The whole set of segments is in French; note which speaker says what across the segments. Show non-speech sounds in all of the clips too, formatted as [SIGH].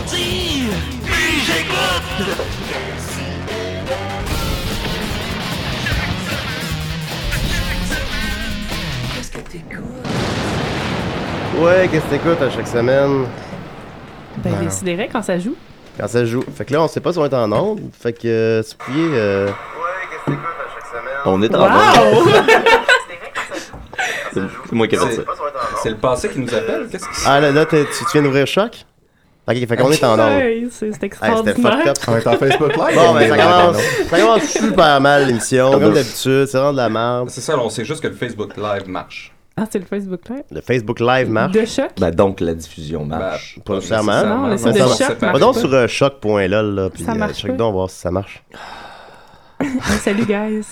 Speaker 1: ordi, puis j'écoute.
Speaker 2: Ouais, qu'est-ce que t'écoutes à chaque semaine
Speaker 3: Ben,
Speaker 2: Wow.
Speaker 3: décidérez quand ça joue.
Speaker 2: quand ça joue? Fait que là, on sait pas si on est en onde. Fait que euh, si vous pouviez, euh,
Speaker 4: On est en
Speaker 2: [LAUGHS]
Speaker 3: Wow!
Speaker 4: C'est c'est moi qui ai fait ça.
Speaker 5: C'est le passé qui nous appelle? Qu'est-ce qui
Speaker 2: Ah là, là t'es- tu, tu viens d'ouvrir choc? Ok, fait qu'on est en onde.
Speaker 3: Ouais, c'est c'est
Speaker 2: Hey, C'était fucked
Speaker 3: extraordinaire.
Speaker 2: up.
Speaker 5: On est en Facebook Live?
Speaker 2: Bon, ben ça commence, ça commence super mal l'émission,
Speaker 4: Ah, bah.
Speaker 2: comme d'habitude, c'est vraiment de la merde.
Speaker 5: C'est ça, on sait juste que le Facebook Live marche.
Speaker 3: Ah, c'est le Facebook Live.
Speaker 2: Le Facebook Live marche.
Speaker 3: De choc.
Speaker 4: Ben donc, la diffusion marche.
Speaker 2: pas nécessairement.
Speaker 3: Non, mais c'est
Speaker 2: de
Speaker 3: choc,
Speaker 2: Va donc sur euh, choc.lol, là, puis
Speaker 3: Ça
Speaker 2: euh,
Speaker 3: marche
Speaker 2: check
Speaker 3: pas.
Speaker 2: donc voir si ça marche.
Speaker 3: Hey, salut, guys.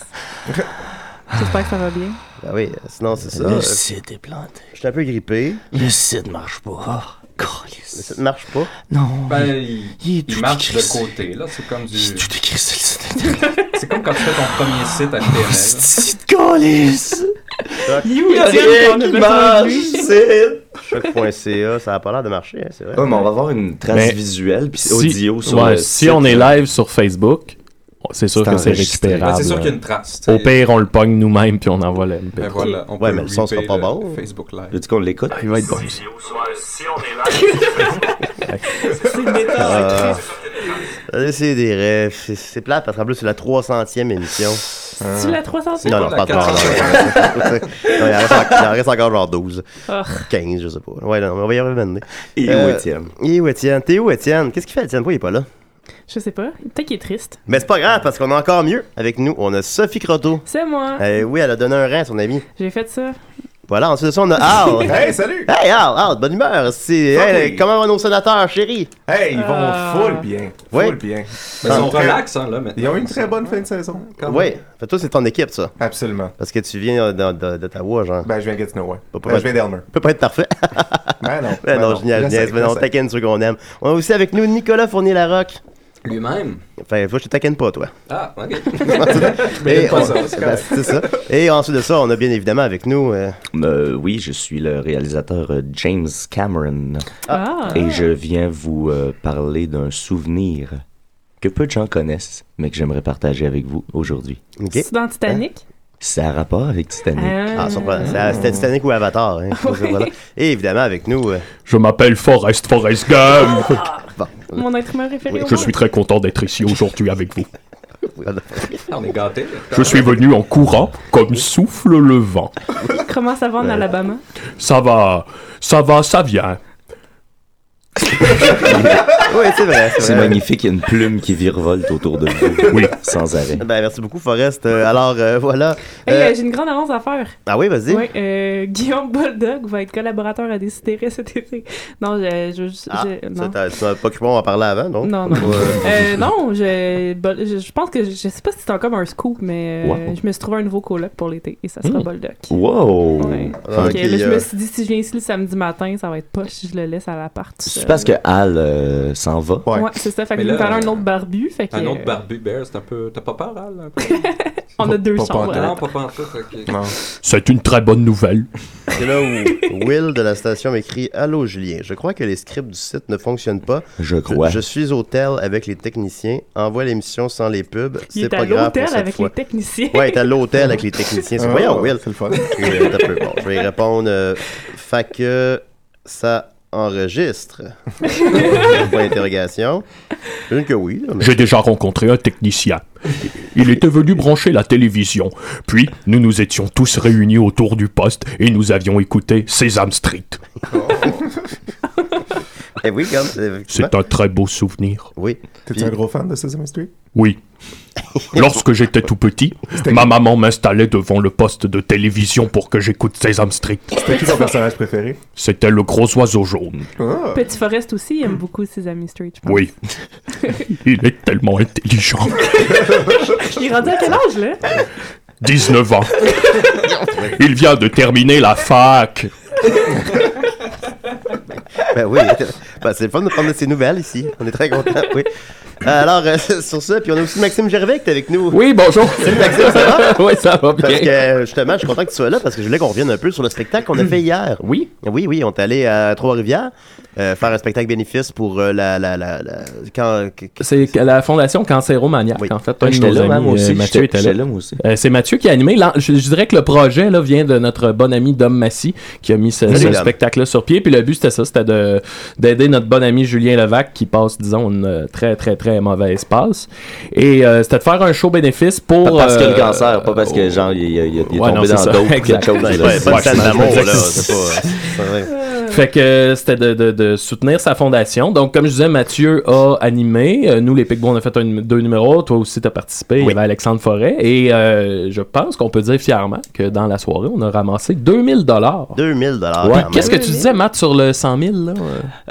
Speaker 3: J'espère que ça va bien.
Speaker 2: Ben oui, euh, sinon c'est ça.
Speaker 4: Le
Speaker 2: Euh,
Speaker 4: site est planté.
Speaker 2: Je suis un peu grippé,
Speaker 4: Le site marche pas. Oh,
Speaker 2: mais
Speaker 4: câlisse.
Speaker 2: ça marche pas.
Speaker 4: non.
Speaker 5: Ben, il,
Speaker 4: Il est
Speaker 5: il
Speaker 4: tout
Speaker 5: marche de
Speaker 4: écrit.
Speaker 5: côté, là. C'est comme du.
Speaker 4: J'ai tout écrit sur le site
Speaker 5: [LAUGHS] C'est comme quand tu fais ton premier site HTML.
Speaker 4: Site câlisse.
Speaker 5: [LAUGHS]
Speaker 3: You,
Speaker 4: Il y a rien qui marche. site.
Speaker 2: Choc.ca, ça a pas l'air de marcher, hein, c'est vrai.
Speaker 4: Ouais, mais on va avoir une trace
Speaker 6: Mais
Speaker 4: visuelle puis
Speaker 6: Si-
Speaker 4: audio sur
Speaker 6: ouais,
Speaker 4: le
Speaker 6: si
Speaker 4: site,
Speaker 6: on est
Speaker 4: là.
Speaker 6: live sur Facebook, c'est sûr
Speaker 4: C'est
Speaker 6: que c'est
Speaker 4: enregistré.
Speaker 5: Ben,
Speaker 6: récupérable.
Speaker 5: c'est sûr qu'il y a une trace. tu
Speaker 6: Au
Speaker 5: sais.
Speaker 6: pire, on le pogne nous-mêmes puis on envoie le MP3.
Speaker 5: Ben voilà, on
Speaker 2: Ouais,
Speaker 5: peut
Speaker 2: mais le son
Speaker 5: ripper
Speaker 2: sera pas bon.
Speaker 5: Facebook Live.
Speaker 4: Veux-tu qu'on l'écoute?
Speaker 6: Ah, Il va être bon.
Speaker 3: [LAUGHS]
Speaker 2: Ah. Allez, euh, C'est des rêves. C'est- C'est plate parce qu'en plus, c'est la 300e émission.
Speaker 3: Tu la 300
Speaker 5: C'est
Speaker 2: Non,
Speaker 5: pas
Speaker 2: non,
Speaker 5: la
Speaker 2: pas de non, non,
Speaker 5: 400e.
Speaker 2: non. Il en reste en- il en reste encore genre 12,
Speaker 3: Oh.
Speaker 2: 15, je sais pas. Ouais, non, on va y arriver maintenant.
Speaker 4: Et où,
Speaker 2: Euh,
Speaker 4: Étienne?
Speaker 2: Il est où, Étienne? T'es où, Étienne? Qu'est-ce qu'il fait, Étienne? Pourquoi il est pas là?
Speaker 3: Je sais pas. Peut-être qu'il est triste.
Speaker 2: Mais c'est pas grave parce qu'on a encore mieux avec nous. On a Sophie Croteau.
Speaker 3: C'est moi.
Speaker 2: Euh, oui, elle a donné un rein à son ami.
Speaker 3: J'ai fait ça.
Speaker 2: Voilà, ensuite de ça, on a Al.
Speaker 5: [LAUGHS] Hey, salut!
Speaker 2: Hey, Al, Al, bonne humeur. C'est-
Speaker 5: Ah
Speaker 2: hey,
Speaker 5: oui.
Speaker 2: Comment vont nos sénateurs, chérie?
Speaker 5: Hey, ils
Speaker 3: Ah. full
Speaker 5: bien.
Speaker 2: Euh, Ouais. full
Speaker 5: bien. Ils sont relax, hein, là, maintenant. Ils ont eu une très bonne fin de saison.
Speaker 2: Oui, fait, toi, c'est ton équipe, ça.
Speaker 5: Absolument.
Speaker 2: Parce que tu viens de- de- d'Ottawa, genre.
Speaker 5: Ben, je viens de Gatineau, ouais.
Speaker 2: Ben, je viens
Speaker 5: d'Elmer.
Speaker 2: peut pas être parfait.
Speaker 5: [LAUGHS] Ben non.
Speaker 2: Ben non, je niaise, je niaise, ben non, on taquine ceux qu'on aime. On a aussi avec nous Nicolas Fournier-Larocque.
Speaker 5: Lui-même.
Speaker 2: Enfin, toi, je te taquine pas, toi.
Speaker 5: Ah,
Speaker 2: [LAUGHS]
Speaker 5: ok.
Speaker 2: Et
Speaker 5: [LAUGHS] Mais pas
Speaker 2: on-
Speaker 5: ça, c'est
Speaker 2: ben,
Speaker 5: correct.
Speaker 2: c'est ça. Et ensuite de ça, on a bien évidemment avec nous. euh,
Speaker 4: Euh, oui, je suis le réalisateur euh, James Cameron
Speaker 3: Ah.
Speaker 4: et je viens vous euh, parler d'un souvenir que peu de gens connaissent, mais que j'aimerais partager avec vous aujourd'hui.
Speaker 2: ok.
Speaker 3: C'est dans Titanic.
Speaker 4: Ça a rapport avec Titanic.
Speaker 3: Ah.
Speaker 2: Ah, surprenant. C'est- C'était Titanic ou Avatar. hein, je sais pas,
Speaker 3: [LAUGHS]
Speaker 2: voilà. Et évidemment, avec nous. euh,
Speaker 6: Je m'appelle Forrest Forrest Gump.
Speaker 2: [LAUGHS] bon,
Speaker 3: Mon être humain référé au
Speaker 6: Je
Speaker 3: monde.
Speaker 6: suis très content d'être ici aujourd'hui avec
Speaker 5: [LAUGHS]
Speaker 6: vous.
Speaker 2: voilà.
Speaker 5: On est gâtés.
Speaker 6: Je suis venu en courant comme souffle le vent.
Speaker 3: Comment ça va en Alabama?
Speaker 6: Ça va, ça va, ça vient.
Speaker 2: Oui, c'est vrai.
Speaker 4: C'est
Speaker 2: vrai.
Speaker 4: magnifique, il y a une plume qui virevolte autour de vous.
Speaker 2: Oui.
Speaker 4: Sans arrêt.
Speaker 2: Ben, merci beaucoup, Forrest. Euh, alors, euh, voilà.
Speaker 3: Hey,
Speaker 2: Euh,
Speaker 3: euh, j'ai une grande annonce à faire.
Speaker 2: Ah oui, vas-y.
Speaker 3: Ouais, euh, Guillaume Bulldog va être collaborateur à Décideret cet été. Non, je. je, je-
Speaker 2: Ah,
Speaker 3: je-
Speaker 2: ça,
Speaker 3: non.
Speaker 2: t'as- tu n'as pas cru bon en parler avant, non?
Speaker 3: Non, non.
Speaker 2: Ou, euh,
Speaker 3: Euh, non, je, Bol- je, je pense que je, je sais pas si c'est encore un scoop, mais euh,
Speaker 2: Wow.
Speaker 3: je me suis trouvé un nouveau coloc pour l'été et ça sera
Speaker 4: Hmm.
Speaker 3: Boldock.
Speaker 4: Wow!
Speaker 2: Ah,
Speaker 3: Fait
Speaker 4: Ok,
Speaker 3: que là, je
Speaker 4: euh,
Speaker 3: me suis dit, si je viens ici le samedi matin, ça va être poche si je le laisse à l'appart. tout
Speaker 4: C'est
Speaker 3: seul.
Speaker 4: parce que Al euh, s'en va.
Speaker 3: Ouais, c'est ça. Fait que
Speaker 5: Mais
Speaker 3: je vais me
Speaker 5: là,
Speaker 3: faire un autre barbu. Fait que,
Speaker 5: Un autre
Speaker 3: euh,
Speaker 5: barbu bear, c'est un peu. T'as pas peur, Al un peu?
Speaker 3: [LAUGHS] On a deux
Speaker 5: Pas
Speaker 3: chambres.
Speaker 5: pantoute.
Speaker 3: à
Speaker 5: Non,
Speaker 3: l'appart.
Speaker 5: pas pantoute, ok.
Speaker 6: C'est une très bonne nouvelle.
Speaker 2: C'est là où Will de la station m'écrit Allô Julien, je crois que les scripts du site ne fonctionnent pas.
Speaker 4: Je crois.
Speaker 2: Je, suis au tel avec les techniciens, envoie l'émission sans les pubs,
Speaker 3: Il
Speaker 2: c'est
Speaker 3: est
Speaker 2: pas
Speaker 3: à
Speaker 2: grave. pour
Speaker 3: l'hôtel
Speaker 2: cette
Speaker 3: avec
Speaker 2: fois.
Speaker 3: les techniciens.
Speaker 2: [LAUGHS] Ouais, il est à l'hôtel avec les techniciens. C'est
Speaker 5: Ah,
Speaker 2: voyons, Will.
Speaker 5: c'est le fun.
Speaker 2: Et, euh, t'as peu. Bon, je vais y répondre euh, Fait que ça enregistre. Point d'interrogation. J'imagine que oui. là, mais-
Speaker 6: J'ai déjà rencontré un technicien. Il était venu brancher la télévision. Puis, nous nous étions tous réunis autour du poste et nous avions écouté Sesame Street.
Speaker 2: Eh oui, comme. effectivement.
Speaker 6: C'est un très beau souvenir.
Speaker 2: Oui.
Speaker 5: T'es un gros fan de Sesame Street?
Speaker 6: Oui.
Speaker 2: [LAUGHS]
Speaker 6: Lorsque j'étais tout petit, ma maman m'installait devant le poste de télévision pour que j'écoute Sesame Street.
Speaker 5: C'était qui ton personnage préféré?
Speaker 6: C'était le gros oiseau jaune.
Speaker 3: [LAUGHS]
Speaker 5: Ah,
Speaker 3: Petit Forest aussi, il aime beaucoup ses amis street, je
Speaker 2: [LAUGHS]
Speaker 3: pense.
Speaker 6: Oui. Il est tellement intelligent.
Speaker 3: [LAUGHS] il est rendu à quel âge, là?
Speaker 2: [LAUGHS]
Speaker 6: 19 ans. Il vient de terminer la fac.
Speaker 2: Ben oui, [LAUGHS] Ben, c'est le fun de prendre de ses nouvelles ici. On est très
Speaker 7: [LAUGHS]
Speaker 2: contents, oui. Euh, Alors, euh, [LAUGHS] sur ça, puis on a aussi Maxime Gervais qui est avec nous.
Speaker 7: Oui, bonjour.
Speaker 2: Salut Maxime, ça va?
Speaker 7: [LAUGHS] oui, ça va bien.
Speaker 2: Parce que euh, justement, je suis content que tu sois là parce que je voulais qu'on revienne un peu sur le spectacle qu'on a fait hier.
Speaker 7: Oui.
Speaker 2: Oui, oui, on est allé à Trois-Rivières euh, faire un spectacle bénéfice pour euh, la, la, la, la- quand- que- que-
Speaker 7: C'est que la fondation Cancéromaniac, en fait.
Speaker 2: Ah,
Speaker 7: un de
Speaker 2: j'étais
Speaker 7: nos
Speaker 2: là,
Speaker 7: amis,
Speaker 2: hein, moi aussi,
Speaker 7: euh, Mathieu
Speaker 2: j'étais-
Speaker 7: était
Speaker 2: j'étais
Speaker 7: là.
Speaker 2: là,
Speaker 4: moi aussi.
Speaker 7: Euh, c'est Mathieu qui a animé. L'en- Je, je dirais que le projet là, vient de notre bon ami Dom Massy qui a mis ce,
Speaker 4: Salut,
Speaker 7: ce
Speaker 4: Dom.
Speaker 7: spectacle-là sur pied. Puis le but, c'était ça, c'était de- d'aider notre bon ami Julien Levac qui passe, disons, une euh, très, très, très mauvaise passe. Et euh, c'était de faire un show bénéfice pour...
Speaker 4: Parce que le
Speaker 7: euh,
Speaker 4: cancer, pas parce que genre il, il- il- il est
Speaker 7: Ouais, non,
Speaker 4: tombé
Speaker 7: c'est
Speaker 4: dans
Speaker 7: ça.
Speaker 4: d'autres ou quelque
Speaker 7: Exact.
Speaker 4: chose.
Speaker 7: Ouais,
Speaker 4: là.
Speaker 7: pas une Ouais, scène c'est- euh. d'amour,
Speaker 2: là, [LAUGHS] c'est pas- c'est vrai.
Speaker 7: Fait que euh, c'était de, de- de soutenir sa fondation. Donc, comme je disais, Mathieu a animé. Euh, Nous, les Picbons, on a fait un- deux numéros. Toi aussi, t'as participé. Il y avait Alexandre Forêt. Et euh, je pense qu'on peut dire fièrement que dans la soirée, on a ramassé 2000 dollars.
Speaker 2: 2000 dollars.
Speaker 7: Ouais. Qu'est-ce que tu disais, Matt, sur le 100 000? Là?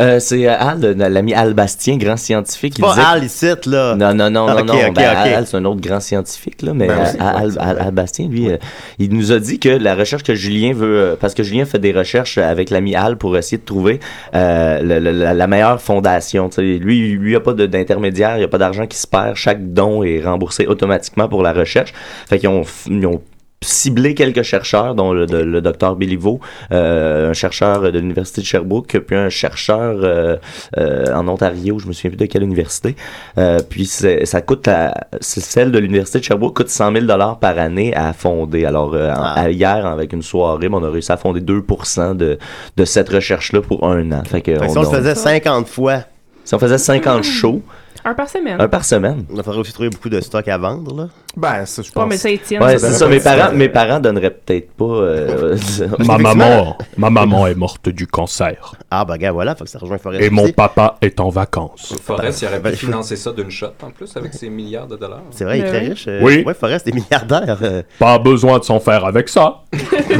Speaker 4: Euh, c'est euh, Al, euh, l'ami Al Bastien, grand scientifique.
Speaker 7: pas Al
Speaker 2: ici, là.
Speaker 4: Non, non, non,
Speaker 7: Ah,
Speaker 4: non,
Speaker 7: ok,
Speaker 4: non.
Speaker 7: ok,
Speaker 4: Ben,
Speaker 7: ok.
Speaker 4: Al, c'est un autre grand scientifique, là, mais
Speaker 7: Ben,
Speaker 4: euh,
Speaker 7: c'est vrai,
Speaker 4: Al,
Speaker 7: c'est
Speaker 4: Al- Al Bastien, lui, euh, il nous a dit que la recherche que Julien veut. euh, parce que Julien fait des recherches avec l'ami Al pour essayer de trouver euh, le- le- la, la meilleure fondation. Tu sais, Lui, il n'y a pas de- d'intermédiaire, il n'y a pas d'argent qui se perd. Chaque don est remboursé automatiquement pour la recherche. Fait qu'ils ont. f- ils ont ciblé quelques chercheurs, dont le, de- le docteur Béliveau, euh, un chercheur de l'université de Sherbrooke, puis un chercheur euh, euh, en Ontario, je me souviens plus de quelle université. Euh, puis c'est- ça coûte, à- c'est celle de l'université de Sherbrooke coûte 100 000 dollars par année à fonder. Alors euh, en-
Speaker 2: Ah.
Speaker 4: à- hier, avec une soirée, ben, on a réussi à fonder 2% de, de cette recherche-là pour un an. Fait que
Speaker 2: Fait que si on le
Speaker 4: on-
Speaker 2: faisait 50 fois.
Speaker 4: si on faisait 50 shows,
Speaker 3: Un par semaine.
Speaker 4: un par semaine.
Speaker 2: Il faudrait aussi trouver beaucoup de stock à vendre, là.
Speaker 5: Ben, ça, je
Speaker 3: Ouais, mais ça, Étienne,
Speaker 4: Ouais,
Speaker 3: ça
Speaker 4: c'est
Speaker 3: donne
Speaker 4: ça.
Speaker 3: pas
Speaker 4: Mes
Speaker 3: de ça.
Speaker 4: parents, mes parents donneraient peut-être pas. euh,
Speaker 6: Ma maman, ma maman est morte du cancer.
Speaker 2: Ah, bah, gars, voilà, faut que ça rejoint Forest.
Speaker 6: Et mon
Speaker 2: aussi.
Speaker 6: papa est en vacances.
Speaker 5: Forest, il aurait
Speaker 2: Ben,
Speaker 5: pu
Speaker 2: je-
Speaker 5: financer ça d'une shot en plus avec ses milliards de dollars.
Speaker 2: C'est vrai, il
Speaker 8: Bah
Speaker 3: Ben
Speaker 2: est très riche. euh,
Speaker 6: Oui.
Speaker 2: Ouais, Forest est milliardaire. euh.
Speaker 6: Pas besoin de s'en faire avec
Speaker 2: [LAUGHS]
Speaker 6: ça.
Speaker 2: Oui, bon,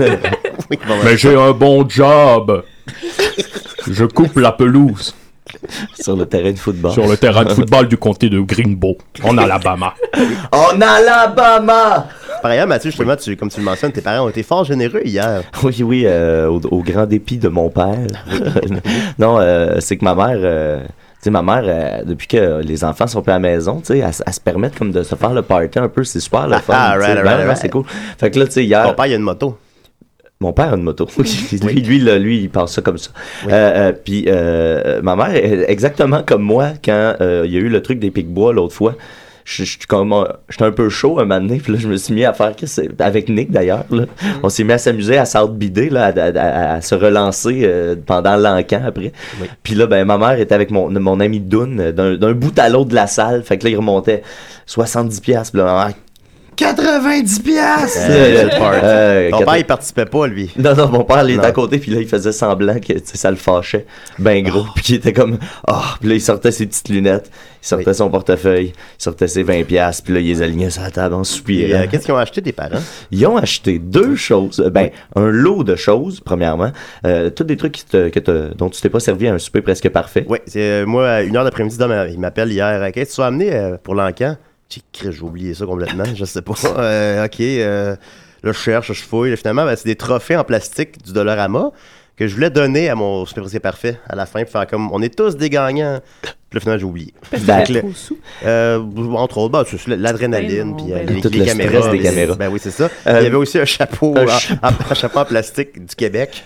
Speaker 2: ben,
Speaker 6: Mais j'ai un bon job. Je coupe la pelouse.
Speaker 4: Sur le terrain de football.
Speaker 6: Sur le
Speaker 4: [LAUGHS]
Speaker 6: terrain de football du comté de Greenbow, en Alabama.
Speaker 4: En Alabama!
Speaker 2: Par ailleurs, Mathieu, justement, tu, comme tu le mentionnes, tes parents ont été fort généreux hier.
Speaker 4: [LAUGHS] Oui, oui, euh, au, au grand dépit de mon père. [LAUGHS] non, euh, c'est que ma mère, euh, tu sais, ma mère, euh, depuis que les enfants sont plus à la maison, tu sais, elle, s- elle se permet comme de se faire le party un peu, c'est super le
Speaker 2: Ah,
Speaker 4: fun.
Speaker 2: ah,
Speaker 4: tu sais. Ben,
Speaker 2: right, right,
Speaker 4: ouais,
Speaker 2: right.
Speaker 4: C'est cool. Fait que là, tu sais, hier. Mon
Speaker 2: père, il a une moto.
Speaker 4: Mon père a une moto. [LAUGHS] lui, lui, là, lui, il pense ça comme ça. Euh, euh, Puis euh, ma mère, elle- exactement comme moi, quand euh, il y a eu le truc des pics-bois l'autre fois, je- je- comme, euh, j'étais un peu chaud un moment donné, puis là, je me suis mis à faire, qu'est-ce que c'est- avec Nick d'ailleurs, là. on s'est mis à s'amuser, à s'outbider, là, à, à- à- à se relancer euh, pendant l'encan après. Puis là, ben, ma mère était avec mon, mon ami Dune d'un d'un bout à l'autre de la salle, fait que là, il remontait 70$, piastres, puis là, ma mère,
Speaker 9: 90 piastres!
Speaker 4: Euh, euh,
Speaker 2: Ton
Speaker 4: quatre-
Speaker 2: père, il participait pas, lui.
Speaker 4: Non, non, mon père, il est
Speaker 2: Non.
Speaker 4: à côté, puis là, il faisait semblant que tu sais, ça le fâchait. Ben gros, puis il était comme, ah, puis là, il sortait ses petites lunettes, il sortait son portefeuille, il sortait ses 20 piastres, puis là, il les alignait sur la table en
Speaker 2: Et,
Speaker 4: soupirant.
Speaker 2: euh, Qu'est-ce qu'ils ont acheté tes parents?
Speaker 4: Ils ont acheté deux choses, ben, un lot de choses, premièrement, euh, tous des trucs qui te- que te- dont tu t'es pas servi à un souper presque parfait.
Speaker 2: Oui, c'est euh, moi, à une heure d'après-midi, demain, il m'appelle hier. Qu'est-ce que tu as amené euh, pour l'encan? J'ai Christ, j'ai oublié ça complètement, je sais pas. [LAUGHS] Euh, ok, euh, là, je cherche, je fouille. Finalement, ben, c'est des trophées en plastique du Dollarama que je voulais donner à mon super Brisé parfait à la fin, pour faire comme on est tous des gagnants. Puis là, finalement, j'ai oublié.
Speaker 4: Parce que Ben, t'étais
Speaker 2: Fait que,
Speaker 4: trop
Speaker 2: euh, entre autres, ben, c'est l'adrénaline,
Speaker 4: Ben non,
Speaker 2: puis
Speaker 4: ben
Speaker 2: euh,
Speaker 4: non.
Speaker 2: les,
Speaker 4: Tout
Speaker 2: les
Speaker 4: le stress
Speaker 2: caméras.
Speaker 4: des
Speaker 2: les-
Speaker 4: caméras.
Speaker 2: Ben oui, c'est ça.
Speaker 4: Euh,
Speaker 2: Il y avait aussi un chapeau,
Speaker 4: un
Speaker 2: en-
Speaker 4: cha-
Speaker 2: en- un chapeau en plastique du Québec.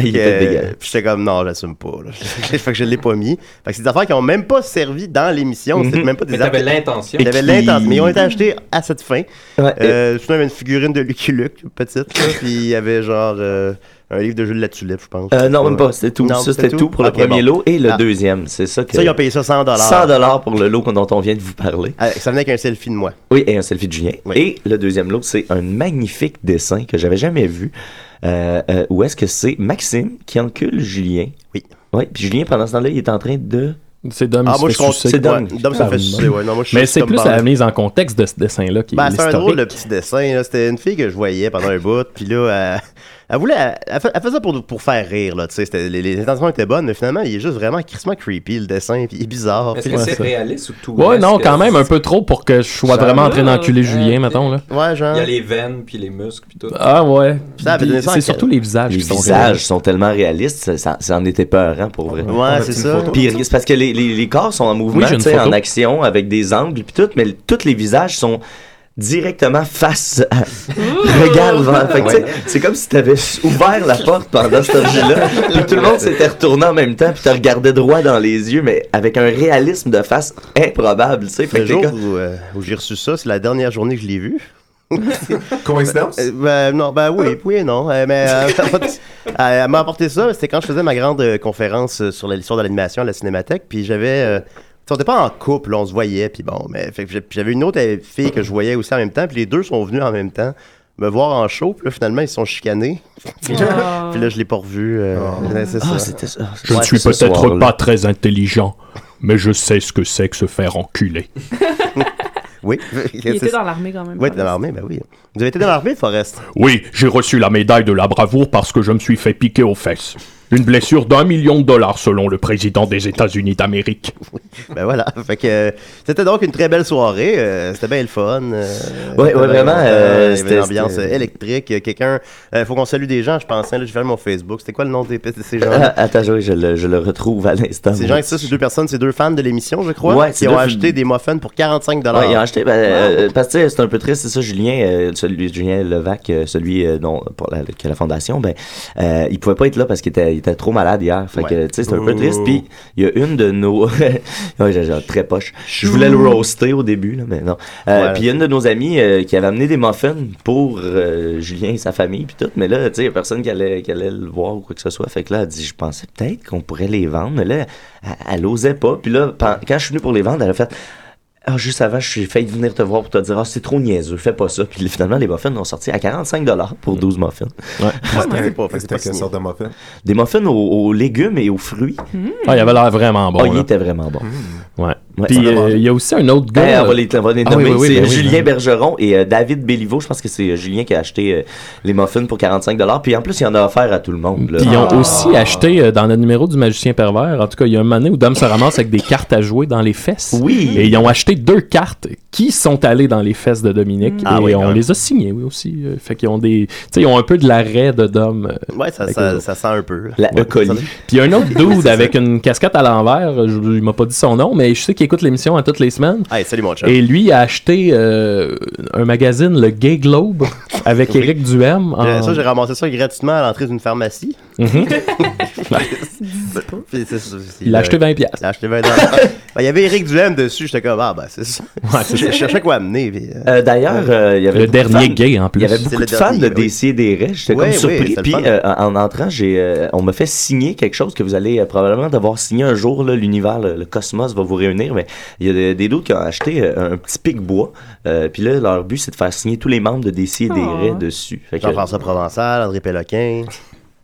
Speaker 4: Ah, Il
Speaker 2: Fait
Speaker 4: était
Speaker 2: que,
Speaker 4: dégueulasse.
Speaker 2: puis j'étais comme, non, j'assume pas. Là. [LAUGHS] fait que je l'ai pas mis. Fait que c'est des affaires qui ont même pas servi dans l'émission. C'était
Speaker 5: Mhm.
Speaker 2: même pas des
Speaker 5: Mais t'avais
Speaker 2: affaires-
Speaker 5: l'intention.
Speaker 2: J'avais
Speaker 5: Et qui-
Speaker 2: l'intention. Mais ils ont été achetés à cette fin.
Speaker 4: Ouais.
Speaker 2: Euh, sinon, il y avait une figurine de Lucky Luke, petite. là, puis il y avait genre euh, un livre de Jules La Tulipe, je pense.
Speaker 4: Euh, non, même pas, c'était tout.
Speaker 2: Non,
Speaker 4: ça, c'était tout pour le
Speaker 2: Ok,
Speaker 4: premier
Speaker 2: bon.
Speaker 4: lot et le
Speaker 2: Ah.
Speaker 4: deuxième. C'est ça que.
Speaker 2: Ça, ils ont payé ça 100
Speaker 4: 100 pour le lot dont on vient de vous parler.
Speaker 2: Ah, Ça venait avec un selfie de moi.
Speaker 4: Oui, et un selfie de Julien. Et le deuxième lot, c'est un magnifique dessin que j'avais jamais vu. Euh, euh, où est-ce que c'est Maxime qui encule Julien?
Speaker 2: Oui.
Speaker 4: Oui, puis Julien, pendant ce temps-là, il est en train de.
Speaker 7: C'est Dom,
Speaker 4: Ah,
Speaker 7: il
Speaker 4: moi,
Speaker 7: se
Speaker 4: je
Speaker 7: fait
Speaker 4: compte-
Speaker 7: sucer
Speaker 4: c'est
Speaker 7: par-
Speaker 4: Dom. Dom se
Speaker 7: par
Speaker 4: fait
Speaker 7: une
Speaker 4: sucer,
Speaker 7: melle.
Speaker 2: ouais, non, moi, je
Speaker 7: Mais
Speaker 2: suis
Speaker 7: c'est
Speaker 2: Dom
Speaker 7: plus la
Speaker 2: Barrett.
Speaker 7: mise en contexte de ce dessin-là qui
Speaker 2: Ben,
Speaker 7: est
Speaker 2: c'est un drôle
Speaker 7: historique.
Speaker 2: de petit dessin. là. C'était une fille que je voyais pendant un bout. Puis là, elle, elle voulait. Elle, elle fa- elle faisait ça pour, pour faire rire. Là, tu sais. C'était- les, les intentions étaient bonnes, mais finalement, il est juste vraiment crissement creepy, le dessin. Puis il est bizarre.
Speaker 5: Est-ce
Speaker 2: puis-
Speaker 5: que c'est réaliste ou tout?
Speaker 7: Ouais,
Speaker 5: Est-ce
Speaker 7: non,
Speaker 5: que-
Speaker 7: quand même, un peu trop pour que je sois
Speaker 5: Ça
Speaker 7: vraiment en
Speaker 5: va,
Speaker 7: train d'enculer
Speaker 5: euh,
Speaker 7: Julien, mettons, là.
Speaker 2: Ouais, genre.
Speaker 5: Il y a les veines, puis les muscles, puis tout.
Speaker 7: Ah ouais.
Speaker 2: Ça avait donné
Speaker 7: Puis
Speaker 2: ça en
Speaker 7: C'est
Speaker 2: quel-
Speaker 7: surtout les visages
Speaker 4: Les
Speaker 7: qui sont
Speaker 4: visages sont tellement réalistes, ça, ça- ça en était peur, hein, pour vrai.
Speaker 2: Ouais, c'est ça.
Speaker 4: Puis c'est parce que les, les- les corps sont en mouvement,
Speaker 7: Oui, j'ai une
Speaker 4: tu sais, en
Speaker 7: photo.
Speaker 4: action, avec des angles, puis tout, mais l- tous les visages sont directement face à... regarde vers- fait que, tu sais, c'est comme si t'avais ouvert la porte pendant cet
Speaker 2: [LAUGHS]
Speaker 4: objet-là puis tout le monde s'était retourné en même temps puis te regardait droit dans les yeux mais avec un réalisme de face improbable tu sais fait
Speaker 2: Le
Speaker 4: que t'es
Speaker 2: jour
Speaker 4: comme-
Speaker 2: où, euh, où j'ai reçu ça, c'est la dernière journée que je l'ai vu.
Speaker 5: Coïncidence?
Speaker 2: Ben, euh, ben, non, ben oui, oui et non. Euh, mais euh, [LAUGHS] elle- elle m'a apporté ça, c'était quand je faisais ma grande euh, conférence euh, sur la- l'histoire de l'animation à la cinémathèque, puis j'avais... euh, on n'était pas en couple, on se voyait, puis bon, mais fait que j'ai- puis j'avais une autre euh, fille que je voyais aussi en même temps, puis les deux sont venus en même temps me voir en show, puis là, finalement, ils se sont chicanés. [LAUGHS] puis là, je l'ai pas revu. euh, ouais, c'est ça.
Speaker 6: Je ne
Speaker 2: Ouais,
Speaker 6: suis
Speaker 2: c'est ce soir-là.
Speaker 6: peut-être pas très intelligent, mais je sais ce que c'est que se faire enculer.
Speaker 2: [LAUGHS] Oui.
Speaker 3: Il était dans l'armée quand même.
Speaker 2: Oui, dans l'armée, ben oui. Vous avez été dans l'armée, Forrest?
Speaker 6: Oui, j'ai reçu la médaille de la bravoure parce que je me suis fait piquer aux fesses. Une blessure d'un million de dollars selon le président des États-Unis d'Amérique.
Speaker 2: Ben voilà, [LAUGHS] fait que euh, c'était donc une très belle soirée, euh, c'était bien le fun. euh,
Speaker 4: Ouais, ouais,
Speaker 2: c'était bien
Speaker 4: vraiment,
Speaker 2: content,
Speaker 4: euh,
Speaker 2: il y avait
Speaker 4: c'était-
Speaker 2: une ambiance
Speaker 4: c'était-
Speaker 2: électrique, euh, quelqu'un, euh, faut qu'on salue des gens, je pense, hein, là, je vais faire mon Facebook, c'était quoi le nom des, de ces gens
Speaker 4: Ah, attends je, je le, je le retrouve à l'instant
Speaker 2: Ces gens,
Speaker 4: moi.
Speaker 2: ça, c'est deux personnes, c'est deux fans de l'émission, je crois,
Speaker 4: Ouais, c'est
Speaker 2: qui ont
Speaker 4: deux-
Speaker 2: acheté des muffins pour 45 dollars.
Speaker 4: Ouais, ils ont acheté, ben, euh, parce que tu sais, c'est un peu triste, c'est ça, Julien, euh, celui, Julien Levac, euh, celui euh, dont, pour la, que la fondation, ben, euh, il pouvait pas être là parce qu'il était, il était trop malade hier. Fait que,
Speaker 7: Ouais. Oh.
Speaker 4: tu sais, c'est un peu
Speaker 7: Ouh.
Speaker 4: triste. Puis, il y a une de nos. [LAUGHS] ouais, j'ai- j'ai- très poche. Je voulais le roaster au début, là, mais non. Euh,
Speaker 7: Ouais.
Speaker 4: Puis, il y a une de nos amies euh, qui avait amené des muffins pour euh, Julien et sa famille, puis tout, mais là, tu sais, il y a personne qui allait, qui allait le voir ou quoi que ce soit. Fait que là, elle dit, je pensais peut-être qu'on pourrait les vendre, mais là, elle, elle osait pas. Puis là, pen- quand je suis venu pour les vendre, elle a fait. Ah, juste avant, je suis failli venir te voir pour te dire, ah, c'est trop niaiseux, fais pas ça. Puis finalement, les muffins ont sorti à 45 pour 12 muffins. [LAUGHS] Ouais.
Speaker 5: C'était c'était quelle sorte de muffin?
Speaker 4: Des muffins aux, aux légumes et aux fruits.
Speaker 7: Ah, il avait l'air vraiment bon,
Speaker 4: Ah, il
Speaker 7: là.
Speaker 4: était vraiment bon.
Speaker 7: Ouais.
Speaker 4: Ouais.
Speaker 7: Puis
Speaker 4: Ça,
Speaker 7: euh, il y a aussi un autre gars.
Speaker 4: Ben, on va
Speaker 7: là.
Speaker 4: les, on va les
Speaker 7: Ah oui,
Speaker 4: nommer.
Speaker 7: oui, oui,
Speaker 4: c'est
Speaker 7: ben oui,
Speaker 4: Julien
Speaker 7: ben oui.
Speaker 4: Bergeron et euh, David Béliveau. Je pense que c'est euh, Julien qui a acheté euh, les muffins pour 45 Puis en plus, il en a offert à tout le monde. là.
Speaker 7: Puis ils ont
Speaker 4: Ah.
Speaker 7: aussi acheté euh, dans le numéro du magicien pervers. En tout cas, il y a un moment donné où Dom se ramasse avec des cartes à jouer dans les fesses.
Speaker 4: Oui.
Speaker 7: Et ils ont acheté deux cartes qui sont allées dans les fesses de Dominique.
Speaker 2: Ah
Speaker 7: et
Speaker 2: oui, quand
Speaker 7: on
Speaker 2: même.
Speaker 7: les a signées oui, aussi. Euh, Fait qu'ils ont des. Tu sais, ils ont un peu de l'arrêt de Dom. euh,
Speaker 2: Ouais, ça,
Speaker 7: avec eux
Speaker 2: ça,
Speaker 7: autres.
Speaker 2: ça sent un peu. là.
Speaker 4: Ouais. Ça-
Speaker 7: Puis il y a
Speaker 2: [LAUGHS]
Speaker 7: un autre dude avec une casquette à l'envers, je, il m'a pas dit son nom, mais je sais qu'il écoute l'émission à toutes les semaines.
Speaker 2: Hey, salut mon chum.
Speaker 7: Et lui a acheté euh, un magazine, le
Speaker 2: [LAUGHS]
Speaker 7: Gay Globe, avec
Speaker 2: Oui.
Speaker 7: Eric Duhem. en-
Speaker 2: Euh, Ça, j'ai ramassé ça gratuitement à l'entrée d'une pharmacie. [LAUGHS]
Speaker 7: Mhm.
Speaker 2: Puis c'est- c'est- c'est-
Speaker 7: Il a acheté 20
Speaker 2: Il a acheté 20
Speaker 7: [LAUGHS]
Speaker 2: dollars. Ben, Il y avait Eric Duhem dessus, j'étais comme, ah ben c'est ça. je cherchais quoi amener. puis, euh,
Speaker 4: Euh, D'ailleurs, euh, il y avait
Speaker 7: Le
Speaker 4: beaucoup de
Speaker 7: dernier
Speaker 4: fans-
Speaker 7: gay, en
Speaker 4: Il
Speaker 7: plus.
Speaker 4: y avait
Speaker 7: C'est
Speaker 4: beaucoup
Speaker 7: le
Speaker 4: de fans
Speaker 7: dernier,
Speaker 4: de
Speaker 7: oui.
Speaker 4: DC des J'étais
Speaker 2: Oui,
Speaker 4: comme
Speaker 2: oui,
Speaker 4: surpris.
Speaker 2: c'est le
Speaker 4: Puis
Speaker 2: fun.
Speaker 4: euh, en en entrant, j'ai, euh, on m'a fait signer quelque chose que vous allez euh, probablement devoir signer un jour. là, L'univers, le, le cosmos va vous réunir. mais il y a des, des doutes qui ont acheté euh, un petit pic bois. euh, Puis là, leur but, c'est de faire signer tous les membres de DC et des
Speaker 2: Ah.
Speaker 4: Raies dessus. Fait que-
Speaker 2: Jean-François Provençal, André Péloquin.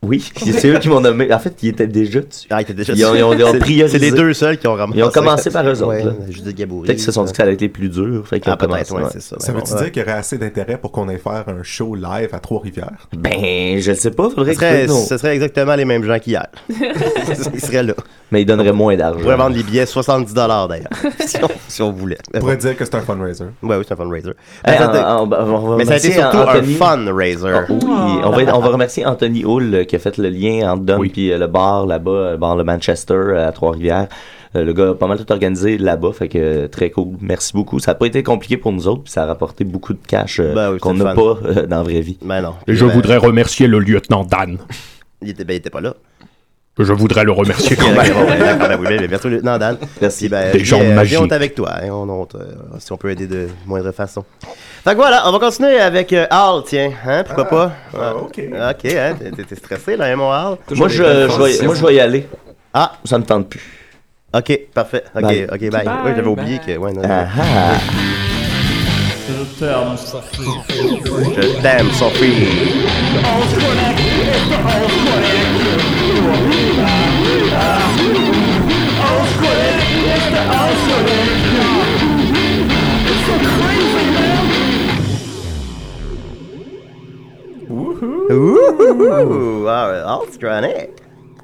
Speaker 4: Oui, [LAUGHS] c'est eux qui m'ont nommé. En fait, ils étaient déjà dessus.
Speaker 2: Ah, ils étaient déjà
Speaker 4: Ils ont- ils ont- ils ont
Speaker 2: C'est-
Speaker 4: priorisé.
Speaker 2: C'est les deux seuls qui ont ramassé.
Speaker 4: Ils ont commencé par eux autres,
Speaker 2: Ouais,
Speaker 4: là.
Speaker 2: Judith Gaboury.
Speaker 4: Peut-être qu'ils se sont dit que ça allait être les plus durs. Fait qu'ils
Speaker 2: Ah,
Speaker 4: ont commencé,
Speaker 2: peut-être, ouais,
Speaker 4: ouais.
Speaker 2: c'est ça.
Speaker 5: Ça
Speaker 2: Mais
Speaker 5: veut-tu
Speaker 2: bon,
Speaker 5: dire
Speaker 2: ouais.
Speaker 5: qu'il y aurait assez d'intérêt pour qu'on aille faire un show live à Trois-Rivières?
Speaker 4: Ben, je le sais pas. Faudrait
Speaker 2: Ce serait,
Speaker 4: que non.
Speaker 2: ce serait exactement les mêmes gens qu'hier. Ils seraient là.
Speaker 4: Mais ils donneraient moins d'argent.
Speaker 2: On pourrait vendre les billets 70 d'ailleurs, [LAUGHS] si, on, si on voulait.
Speaker 5: On pourrait dire que c'est un fundraiser.
Speaker 2: Ouais, oui, c'est un fundraiser.
Speaker 4: Hey,
Speaker 2: Mais Eh, ça a été-
Speaker 4: Eh, on- on- ben, on va
Speaker 2: mais ça a été
Speaker 4: remercier
Speaker 2: surtout un
Speaker 4: Anthony.
Speaker 2: fundraiser.
Speaker 4: Ah, oui, on va, on va remercier Anthony Hull euh, qui a fait le lien entre Dom puis euh, le bar là-bas, euh, bar le Manchester euh, à Trois-Rivières. Euh, le gars a pas mal tout organisé là-bas, fait que euh, très cool. Merci beaucoup. Ça n'a pas été compliqué pour nous autres, puis ça a rapporté beaucoup de cash euh,
Speaker 2: Ben oui,
Speaker 4: qu'on
Speaker 2: c'est
Speaker 4: n'a
Speaker 2: le
Speaker 4: pas euh, dans la vraie vie.
Speaker 2: Ben non.
Speaker 6: Et je voudrais remercier le lieutenant Dan.
Speaker 2: [LAUGHS] Il était, ben, il était pas là.
Speaker 6: Je voudrais le remercier quand
Speaker 2: Ouais, bon, ouais,
Speaker 6: même.
Speaker 2: d'accord, ben oui, ben, merci, lieutenant Dan. Merci. Ben,
Speaker 6: Des
Speaker 2: puis,
Speaker 6: gens
Speaker 2: euh, puis
Speaker 6: magiques.
Speaker 2: On est avec toi, hein, on honte, euh, si on peut aider de moindre façon. Fait que voilà, on va continuer avec euh, Hal, tiens. Hein, pourquoi pas? Ah, ok. Ok, hein, t'es- t'es- t'es stressé là, hein, mon Hal?
Speaker 4: Moi je, je vais, moi, je vais y aller.
Speaker 2: Ah,
Speaker 4: ça me tente plus. Ben,
Speaker 2: Ok, parfait. Ok,
Speaker 4: Bye.
Speaker 2: ok, bye. Oui, j'avais oublié que. Ben, Ouais, non,
Speaker 4: Ah,
Speaker 2: non.
Speaker 4: ah.
Speaker 2: Je t'aime, Sophie. Ouh, ah, Hal, c'est chronique.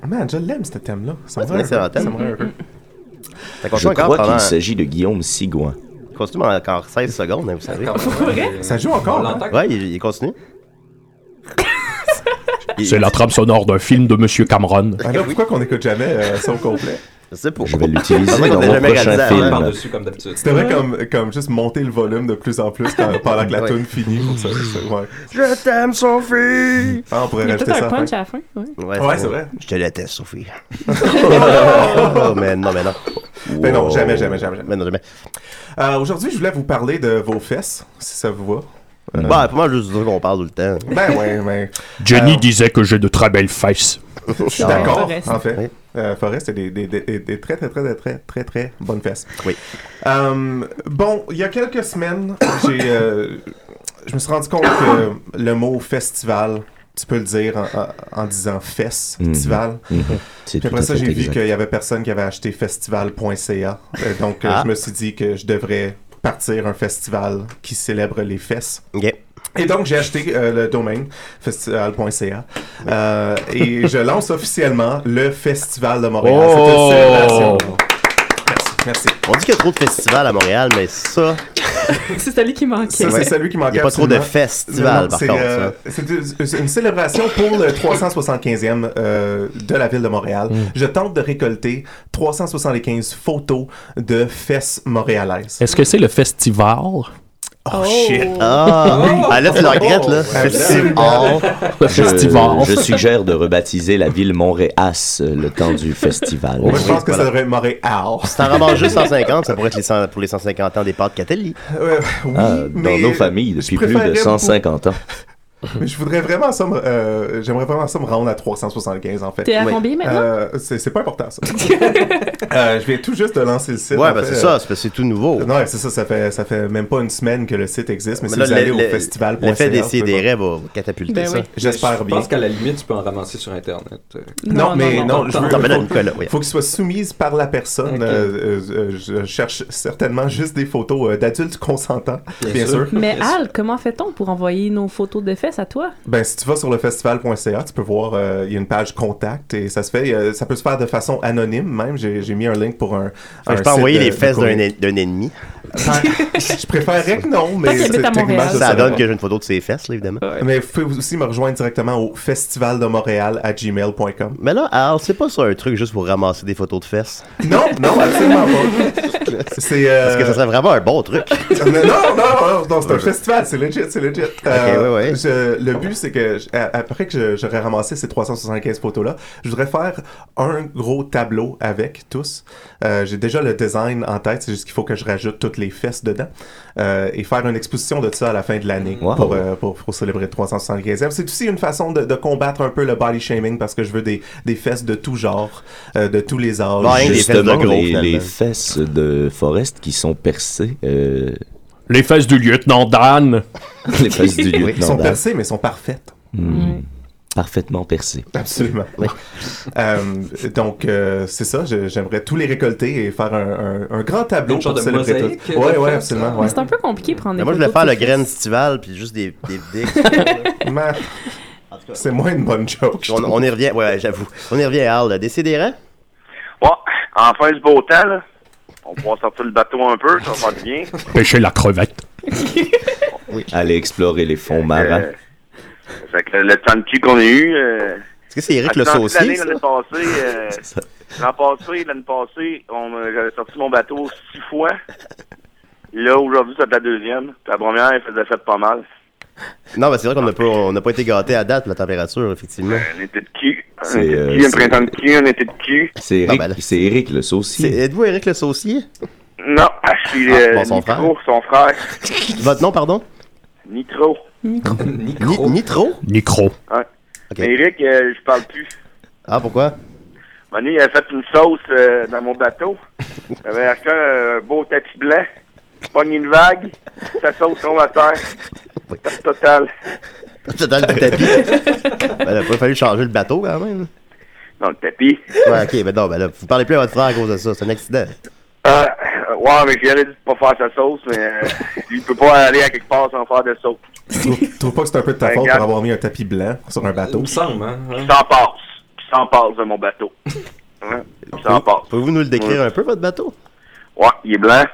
Speaker 5: Man, je l'aime, ce thème-là. Ça me
Speaker 2: c'est un excellent
Speaker 5: ça
Speaker 2: thème.
Speaker 5: me rend heureux.
Speaker 2: Fait qu'on
Speaker 4: Je
Speaker 2: joue encore
Speaker 4: crois
Speaker 2: pendant-
Speaker 4: qu'il s'agit de Guillaume Sigouin.
Speaker 2: Il continue encore 16 secondes, hein, vous savez.
Speaker 5: Ça joue encore, hein? là?
Speaker 2: Ouais, il, il continue.
Speaker 6: C'est la trame sonore d'un film de Monsieur Cameron.
Speaker 5: Alors, pourquoi qu'on n'écoute jamais euh, ça au complet?
Speaker 2: Ah Je sais pas.
Speaker 4: Je vais l'utiliser
Speaker 5: C'est vrai
Speaker 4: dans
Speaker 5: qu'on
Speaker 4: mon
Speaker 5: l'a jamais
Speaker 4: prochain
Speaker 5: réalisé
Speaker 4: film.
Speaker 5: avant.
Speaker 4: Par-dessus,
Speaker 8: comme d'habitude.
Speaker 5: Tu devrais comme, comme juste monter le volume de plus en plus quand- pendant que la
Speaker 2: Ouais.
Speaker 5: tune finit pour ça. ça- ouais.
Speaker 2: Je t'aime, Sophie!
Speaker 5: Ah, on pourrait
Speaker 3: Il y a
Speaker 5: rajouter
Speaker 3: peut-être
Speaker 5: ça.
Speaker 3: un
Speaker 5: à la
Speaker 3: punch
Speaker 5: fin.
Speaker 3: à la fin. Ouais.
Speaker 5: Ouais, c'est vrai.
Speaker 2: Je te déteste,
Speaker 5: [LAUGHS]
Speaker 2: Sophie. oh, mais non, mais non.
Speaker 5: Ben non, jamais, jamais, jamais,
Speaker 2: Mais non, jamais.
Speaker 5: Euh, Aujourd'hui, je voulais vous parler de vos fesses, si ça vous va. Euh,
Speaker 2: Bah, pour moi, je veux juste dire qu'on parle tout le temps.
Speaker 5: Ben ouais, mais.
Speaker 6: Jenny disait que j'ai de très belles fesses.
Speaker 5: Je suis d'accord,
Speaker 2: Forest.
Speaker 5: en fait.
Speaker 2: Oui.
Speaker 5: Euh, Forest a des, des, des, des- des très, très, très, très, très, très, très bonnes fesses.
Speaker 2: Oui.
Speaker 5: Euh, bon, il y a quelques semaines, [COUGHS] j'ai, euh, je me suis rendu compte que le mot festival, tu peux le dire en- en, en disant festival.
Speaker 4: Mhm. Mhm. C'est
Speaker 5: Puis
Speaker 4: tout
Speaker 5: après
Speaker 4: à
Speaker 5: ça,
Speaker 4: fait
Speaker 5: j'ai vu
Speaker 4: exact.
Speaker 5: qu'il y avait personne qui avait acheté festival.ca. Euh, donc, euh,
Speaker 4: Ah.
Speaker 5: je me suis dit que je devrais partir un festival qui célèbre les fesses.
Speaker 2: Ok.
Speaker 5: Et donc, j'ai acheté euh, le domaine festival.ca Euh, et
Speaker 2: [LAUGHS]
Speaker 5: je lance officiellement le Festival de Montréal.
Speaker 2: Oh!
Speaker 5: C'est ah, une célébration. Merci, merci.
Speaker 2: On dit qu'il y a trop de festivals à Montréal, mais ça,
Speaker 3: [LAUGHS] c'est celui qui manquait.
Speaker 5: Ça, c'est celui qui manquait.
Speaker 2: Il y a pas trop de
Speaker 5: absolument.
Speaker 2: festivals,
Speaker 5: Non,
Speaker 2: par
Speaker 5: c'est,
Speaker 2: contre,
Speaker 5: euh,
Speaker 2: ça.
Speaker 5: c'est une- c'est une célébration pour le 375e euh, de la ville de Montréal.
Speaker 2: Hmm.
Speaker 5: Je tente de récolter 375 photos de fesses montréalaises.
Speaker 7: Est-ce que c'est le festival?
Speaker 5: Oh, shit! Oh.
Speaker 2: Ah. Ah, là, tu le regrettes, là. Festival.
Speaker 4: Je,
Speaker 7: Festival.
Speaker 4: je suggère de rebaptiser la ville Montréas euh, le temps du festival.
Speaker 5: Moi, je pense que ça devrait être Montréal.
Speaker 2: si t'en ramasses juste
Speaker 5: [LAUGHS]
Speaker 2: 150, ça pourrait être les 100 pour les 150 ans des pâtes Catelli.
Speaker 5: Euh, oui,
Speaker 4: Ah, dans
Speaker 5: mais
Speaker 4: nos familles depuis
Speaker 5: je
Speaker 4: plus de
Speaker 5: préférerais
Speaker 4: 150 ans.
Speaker 5: Mais je voudrais vraiment ça me, euh, j'aimerais vraiment ça me rendre à 375 en fait.
Speaker 3: T'es à Oui. combien maintenant?
Speaker 5: Euh, c'est, c'est pas important
Speaker 3: [LAUGHS]
Speaker 5: ça. Euh, je viens tout juste de lancer le site.
Speaker 2: Ouais,
Speaker 5: en
Speaker 2: ben,
Speaker 5: fait.
Speaker 2: c'est ça, c'est parce que c'est tout nouveau.
Speaker 5: Non, c'est ça, ça fait, ça fait même pas une semaine que le site existe, mais,
Speaker 2: là,
Speaker 5: si vous
Speaker 2: le-
Speaker 5: allez au
Speaker 2: le-
Speaker 5: festival
Speaker 2: L'effet des CDR va catapulter
Speaker 5: Ben
Speaker 2: ça.
Speaker 5: oui. J'espère
Speaker 8: Je
Speaker 5: bien.
Speaker 8: pense qu'à la limite, tu peux en ramasser sur Internet. Euh,
Speaker 5: Non, mais non, je veux-
Speaker 2: Non, mais là,
Speaker 5: faut-
Speaker 2: Nicolas, oui.
Speaker 5: faut qu'il soit soumise par la personne. Euh, euh, je cherche certainement juste des photos euh, d'adultes consentants, bien,
Speaker 8: Bien sûr.
Speaker 5: sûr.
Speaker 3: Mais Al, comment fait-on pour envoyer nos photos de fesses à toi?
Speaker 5: Ben, si tu vas sur le festival.ca, tu peux voir, euh, il y a une page contact et ça se fait, euh, ça peut se faire de façon anonyme même. J'ai j'ai mis un link pour un.
Speaker 2: Fait que
Speaker 5: un
Speaker 2: je peux envoyer
Speaker 5: site de-
Speaker 2: les
Speaker 5: de
Speaker 2: fesses d'un
Speaker 5: courrier.
Speaker 2: en- d'un ennemi.
Speaker 5: je préférerais que non, mais
Speaker 3: Toi qui habites à
Speaker 5: techniquement,
Speaker 3: Montréal.
Speaker 5: je
Speaker 2: Ça
Speaker 5: sais
Speaker 2: donne
Speaker 5: pas.
Speaker 2: que j'ai une photo de ses fesses, là, évidemment.
Speaker 5: Mais vous pouvez aussi me rejoindre directement au festivaldemontréal à gmail.com.
Speaker 2: Mais là, alors, c'est pas ça un truc juste pour ramasser des photos de fesses.
Speaker 5: Non, non, absolument pas. C'est. euh,
Speaker 2: Parce que ça serait vraiment un bon truc.
Speaker 5: non, non, non, non, non, c'est un festival, c'est legit, c'est legit. Euh,
Speaker 2: ouais, ouais.
Speaker 5: je- le but, c'est que je- a- après que je- j'aurais ramassé ces 375 photos-là, je voudrais faire un gros tableau avec tous. Euh, J'ai déjà le design en tête, c'est juste qu'il faut que je rajoute toutes les fesses dedans, euh, et faire une exposition de ça à la fin de l'année pour, euh, pour, pour célébrer le 375e. C'est aussi une façon de, de combattre un peu le body shaming parce que je veux des, des fesses de tout genre, euh, de tous les âges.
Speaker 4: Justement, les, les fesses de Forest qui sont percées. euh,
Speaker 6: Les fesses du lieutenant Dan.
Speaker 4: [LAUGHS] les fesses du lieutenant.
Speaker 5: Ils sont
Speaker 4: Dan.
Speaker 5: percées, mais sont parfaites.
Speaker 4: Hmm. Parfaitement percées.
Speaker 5: [LAUGHS] Absolument. Euh, donc, euh, c'est ça. je- J'aimerais tous les récolter et faire un, un- un grand tableau
Speaker 8: Une sorte
Speaker 5: Ah, pour
Speaker 8: de
Speaker 5: célébrer
Speaker 8: mosaïque,
Speaker 5: tout.
Speaker 8: euh,
Speaker 5: Ouais,
Speaker 8: de
Speaker 5: ouais,
Speaker 8: fesses,
Speaker 5: absolument.
Speaker 3: Mais [LAUGHS]
Speaker 5: ouais.
Speaker 3: c'est un peu compliqué de prendre des
Speaker 2: Mais moi, je voulais
Speaker 3: photos
Speaker 2: faire
Speaker 3: de
Speaker 2: le
Speaker 3: ses
Speaker 2: grain
Speaker 3: fesses.
Speaker 2: estival, puis juste des, des dicks.
Speaker 5: [LAUGHS] Ma- C'est moins une bonne joke.
Speaker 2: On, on y revient, ouais, j'avoue. On y revient, Al. Décidérant?
Speaker 10: Bon, enfin du beau temps, là. On pourra sortir le bateau un peu, ça va faire du
Speaker 2: [LAUGHS]
Speaker 10: bien.
Speaker 6: Pêcher la
Speaker 5: [LAUGHS]
Speaker 6: crevette.
Speaker 4: Aller explorer les fonds marins.
Speaker 5: Euh,
Speaker 10: Fait que le temps de cul qu'on a eu. euh,
Speaker 2: Est-ce que c'est Eric
Speaker 10: à
Speaker 2: le
Speaker 10: ce temps-ci
Speaker 2: saucier,
Speaker 10: l'année,
Speaker 2: ça?
Speaker 10: L'année passée,
Speaker 2: [LAUGHS]
Speaker 10: euh, l'an passé, l'année passée, on, euh, j'avais sorti mon bateau six fois. Là, aujourd'hui, c'est la deuxième. Puis La première, elle faisait fait pas mal.
Speaker 2: Non, mais c'est vrai qu'on n'a pas, on n'a pas été gâtés à date pour la température, effectivement.
Speaker 10: Un été de cul. Un
Speaker 4: C'est,
Speaker 10: été de
Speaker 4: euh,
Speaker 10: cul, un
Speaker 4: c'est-
Speaker 10: printemps de cul, un été de cul.
Speaker 4: C'est Eric, c'est Eric le saucier.
Speaker 2: Êtes-vous Eric le saucier?
Speaker 10: Non, je suis
Speaker 2: Ah,
Speaker 10: euh,
Speaker 2: bon, son
Speaker 10: Nitro,
Speaker 2: frère.
Speaker 10: son frère.
Speaker 2: Votre nom, pardon?
Speaker 10: Nitro.
Speaker 2: Nitro. Nitro?
Speaker 6: Nicro.
Speaker 10: Ouais. Mais Eric, euh, je parle plus.
Speaker 2: Ah, pourquoi?
Speaker 10: Manu, il a fait une sauce euh, dans mon bateau. J'avais acheté un euh, beau tapis blanc. Je pogne une vague. Sa sauce tombe à terre. Perte totale.
Speaker 2: C'est dans le tapis. ben, il a pas fallu changer le bateau, quand même.
Speaker 10: [LAUGHS] Dans le tapis.
Speaker 2: Ouais, ok, mais non, ben là, vous parlez plus à votre frère à cause de ça. C'est un accident.
Speaker 10: Euh, euh, ouais, mais j'allais dire de pas faire sa sauce, mais euh, il peut pas aller à quelque part sans faire de sauce.
Speaker 5: Tu trouves- tu trouves pas que c'est un peu de ta
Speaker 10: Ben,
Speaker 5: faute
Speaker 10: regarde.
Speaker 5: pour avoir mis un tapis blanc sur
Speaker 8: Euh,
Speaker 5: un bateau?
Speaker 10: Il me semble, Qui s'en passe. Qui s'en passe de mon bateau. Hein? Qui s'en passe.
Speaker 2: Pouvez-vous nous le décrire un peu, votre bateau?
Speaker 10: Ouais, il est blanc.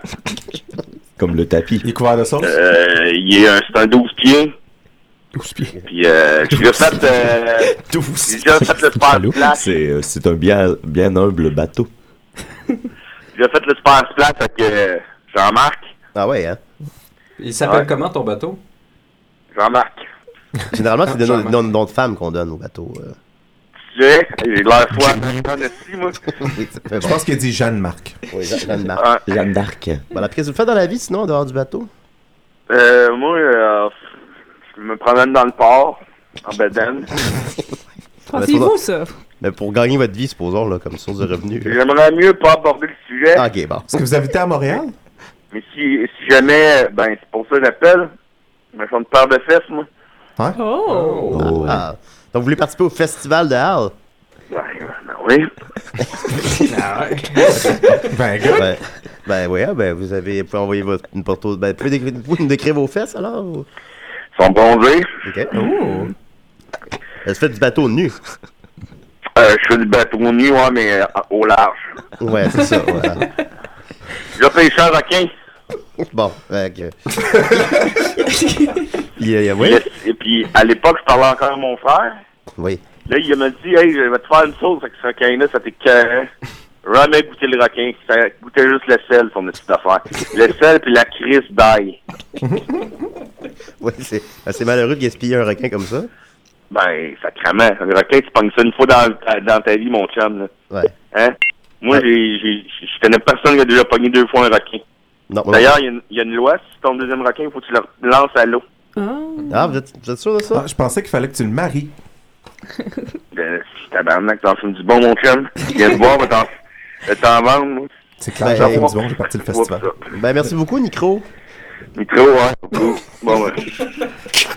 Speaker 4: Comme le tapis.
Speaker 5: Il est couvert de sauce?
Speaker 10: Euh, il est un, c'est un 12 pieds. 12 pieds. Puis, euh, j'ai déjà
Speaker 5: [LAUGHS]
Speaker 10: fait, euh, j'ai déjà fait le spare splash.
Speaker 4: C'est euh, c'est un bien, bien humble bateau.
Speaker 10: J'ai déjà fait le spare splash avec euh, Jean-Marc.
Speaker 2: Ah ouais, hein?
Speaker 8: Il s'appelle
Speaker 10: Ouais.
Speaker 8: comment ton bateau
Speaker 10: Jean-Marc.
Speaker 2: Généralement, c'est des noms- noms
Speaker 10: Charmant.
Speaker 2: noms de femmes qu'on donne au bateau. euh.
Speaker 10: Tu sais, j'ai de l'air froid. en esti, moi.
Speaker 2: [LAUGHS] Oui, ça fait
Speaker 5: Je
Speaker 2: bon.
Speaker 5: pense qu'il dit Jeanne-Marc.
Speaker 2: Oui, Jean- Jeanne
Speaker 10: Ah.
Speaker 2: d'Arc.
Speaker 4: Jeanne d'Arc.
Speaker 2: Voilà, qu'est-ce que vous faites dans la vie, sinon, en dehors du bateau?
Speaker 10: Euh, moi, euh, je me promène dans le port, en bedaine.
Speaker 2: Pensez-vous, Mais pour gagner votre vie, supposons, là, comme source de revenus. là.
Speaker 10: J'aimerais mieux pas aborder le sujet.
Speaker 2: Ok, bon.
Speaker 5: Est-ce que vous habitez à Montréal?
Speaker 10: Mais si, si jamais, euh, ben, c'est pour ça que j'appelle. Mais je me peur de fesses, moi.
Speaker 5: Hein?
Speaker 3: Oh!
Speaker 2: Ah, ah. Donc, vous voulez participer au festival de Hall?
Speaker 10: Ben, ben oui.
Speaker 5: ben,
Speaker 2: ben, ben, ouais, ben, vous avez, vous pouvez envoyer votre une photo. Ben, pouvez décrire, vous nous décrire vos fesses, alors? ou-
Speaker 10: Ils sont bronzés.
Speaker 2: Ok. Elle se fait du bateau nu.
Speaker 10: Euh, je fais du bateau nu, ouais, mais euh, au large.
Speaker 2: Ouais, c'est ça,
Speaker 10: [LAUGHS]
Speaker 2: voilà.
Speaker 10: Je pêcheur requin.
Speaker 2: Bon, ok. Il y a, il y a- Ah oui,
Speaker 10: Et puis, à l'époque, je parlais encore à mon frère.
Speaker 2: oui.
Speaker 10: Là, il m'a dit, hey, je vais te faire une sauce avec ce requin-là, ça t'écœurait. Jamais goûté le requin. Ça goûtait juste le sel, son petite affaire. Le sel puis la crise d'ail.
Speaker 2: Oui, c'est ben, c'est malheureux de gaspiller un requin comme ça.
Speaker 10: Ben, sacrément. Le requin, tu pognes ça une fois dans, ta- dans ta vie, mon chum, là.
Speaker 2: Ouais.
Speaker 10: Hein? Moi, j'ai, j'ai, je connais personne qui a déjà pogné deux fois un requin.
Speaker 2: Non, moi-
Speaker 10: D'ailleurs, il y a une- il y, a une loi, si tu tombes deuxième requin, il faut que tu le lances à l'eau.
Speaker 2: Ah, vous êtes, vous êtes sûr de ça?
Speaker 5: Ah, je pensais qu'il fallait que tu le maries.
Speaker 10: Ben, si tabarnak, t'en fumes du bon, mon chum. Viens te voir, va t'en, va t'en vendre, moi.
Speaker 5: C'est clair,
Speaker 2: Ben,
Speaker 5: j'en fais
Speaker 2: bon.
Speaker 5: du bon, j'ai parti le festival.
Speaker 2: Ben, merci beaucoup, Nicro.
Speaker 10: Micro, ouais. Bon, ben.
Speaker 11: [LAUGHS]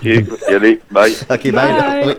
Speaker 10: Ok, allez, bye.
Speaker 2: Ok, bye. là. Oui.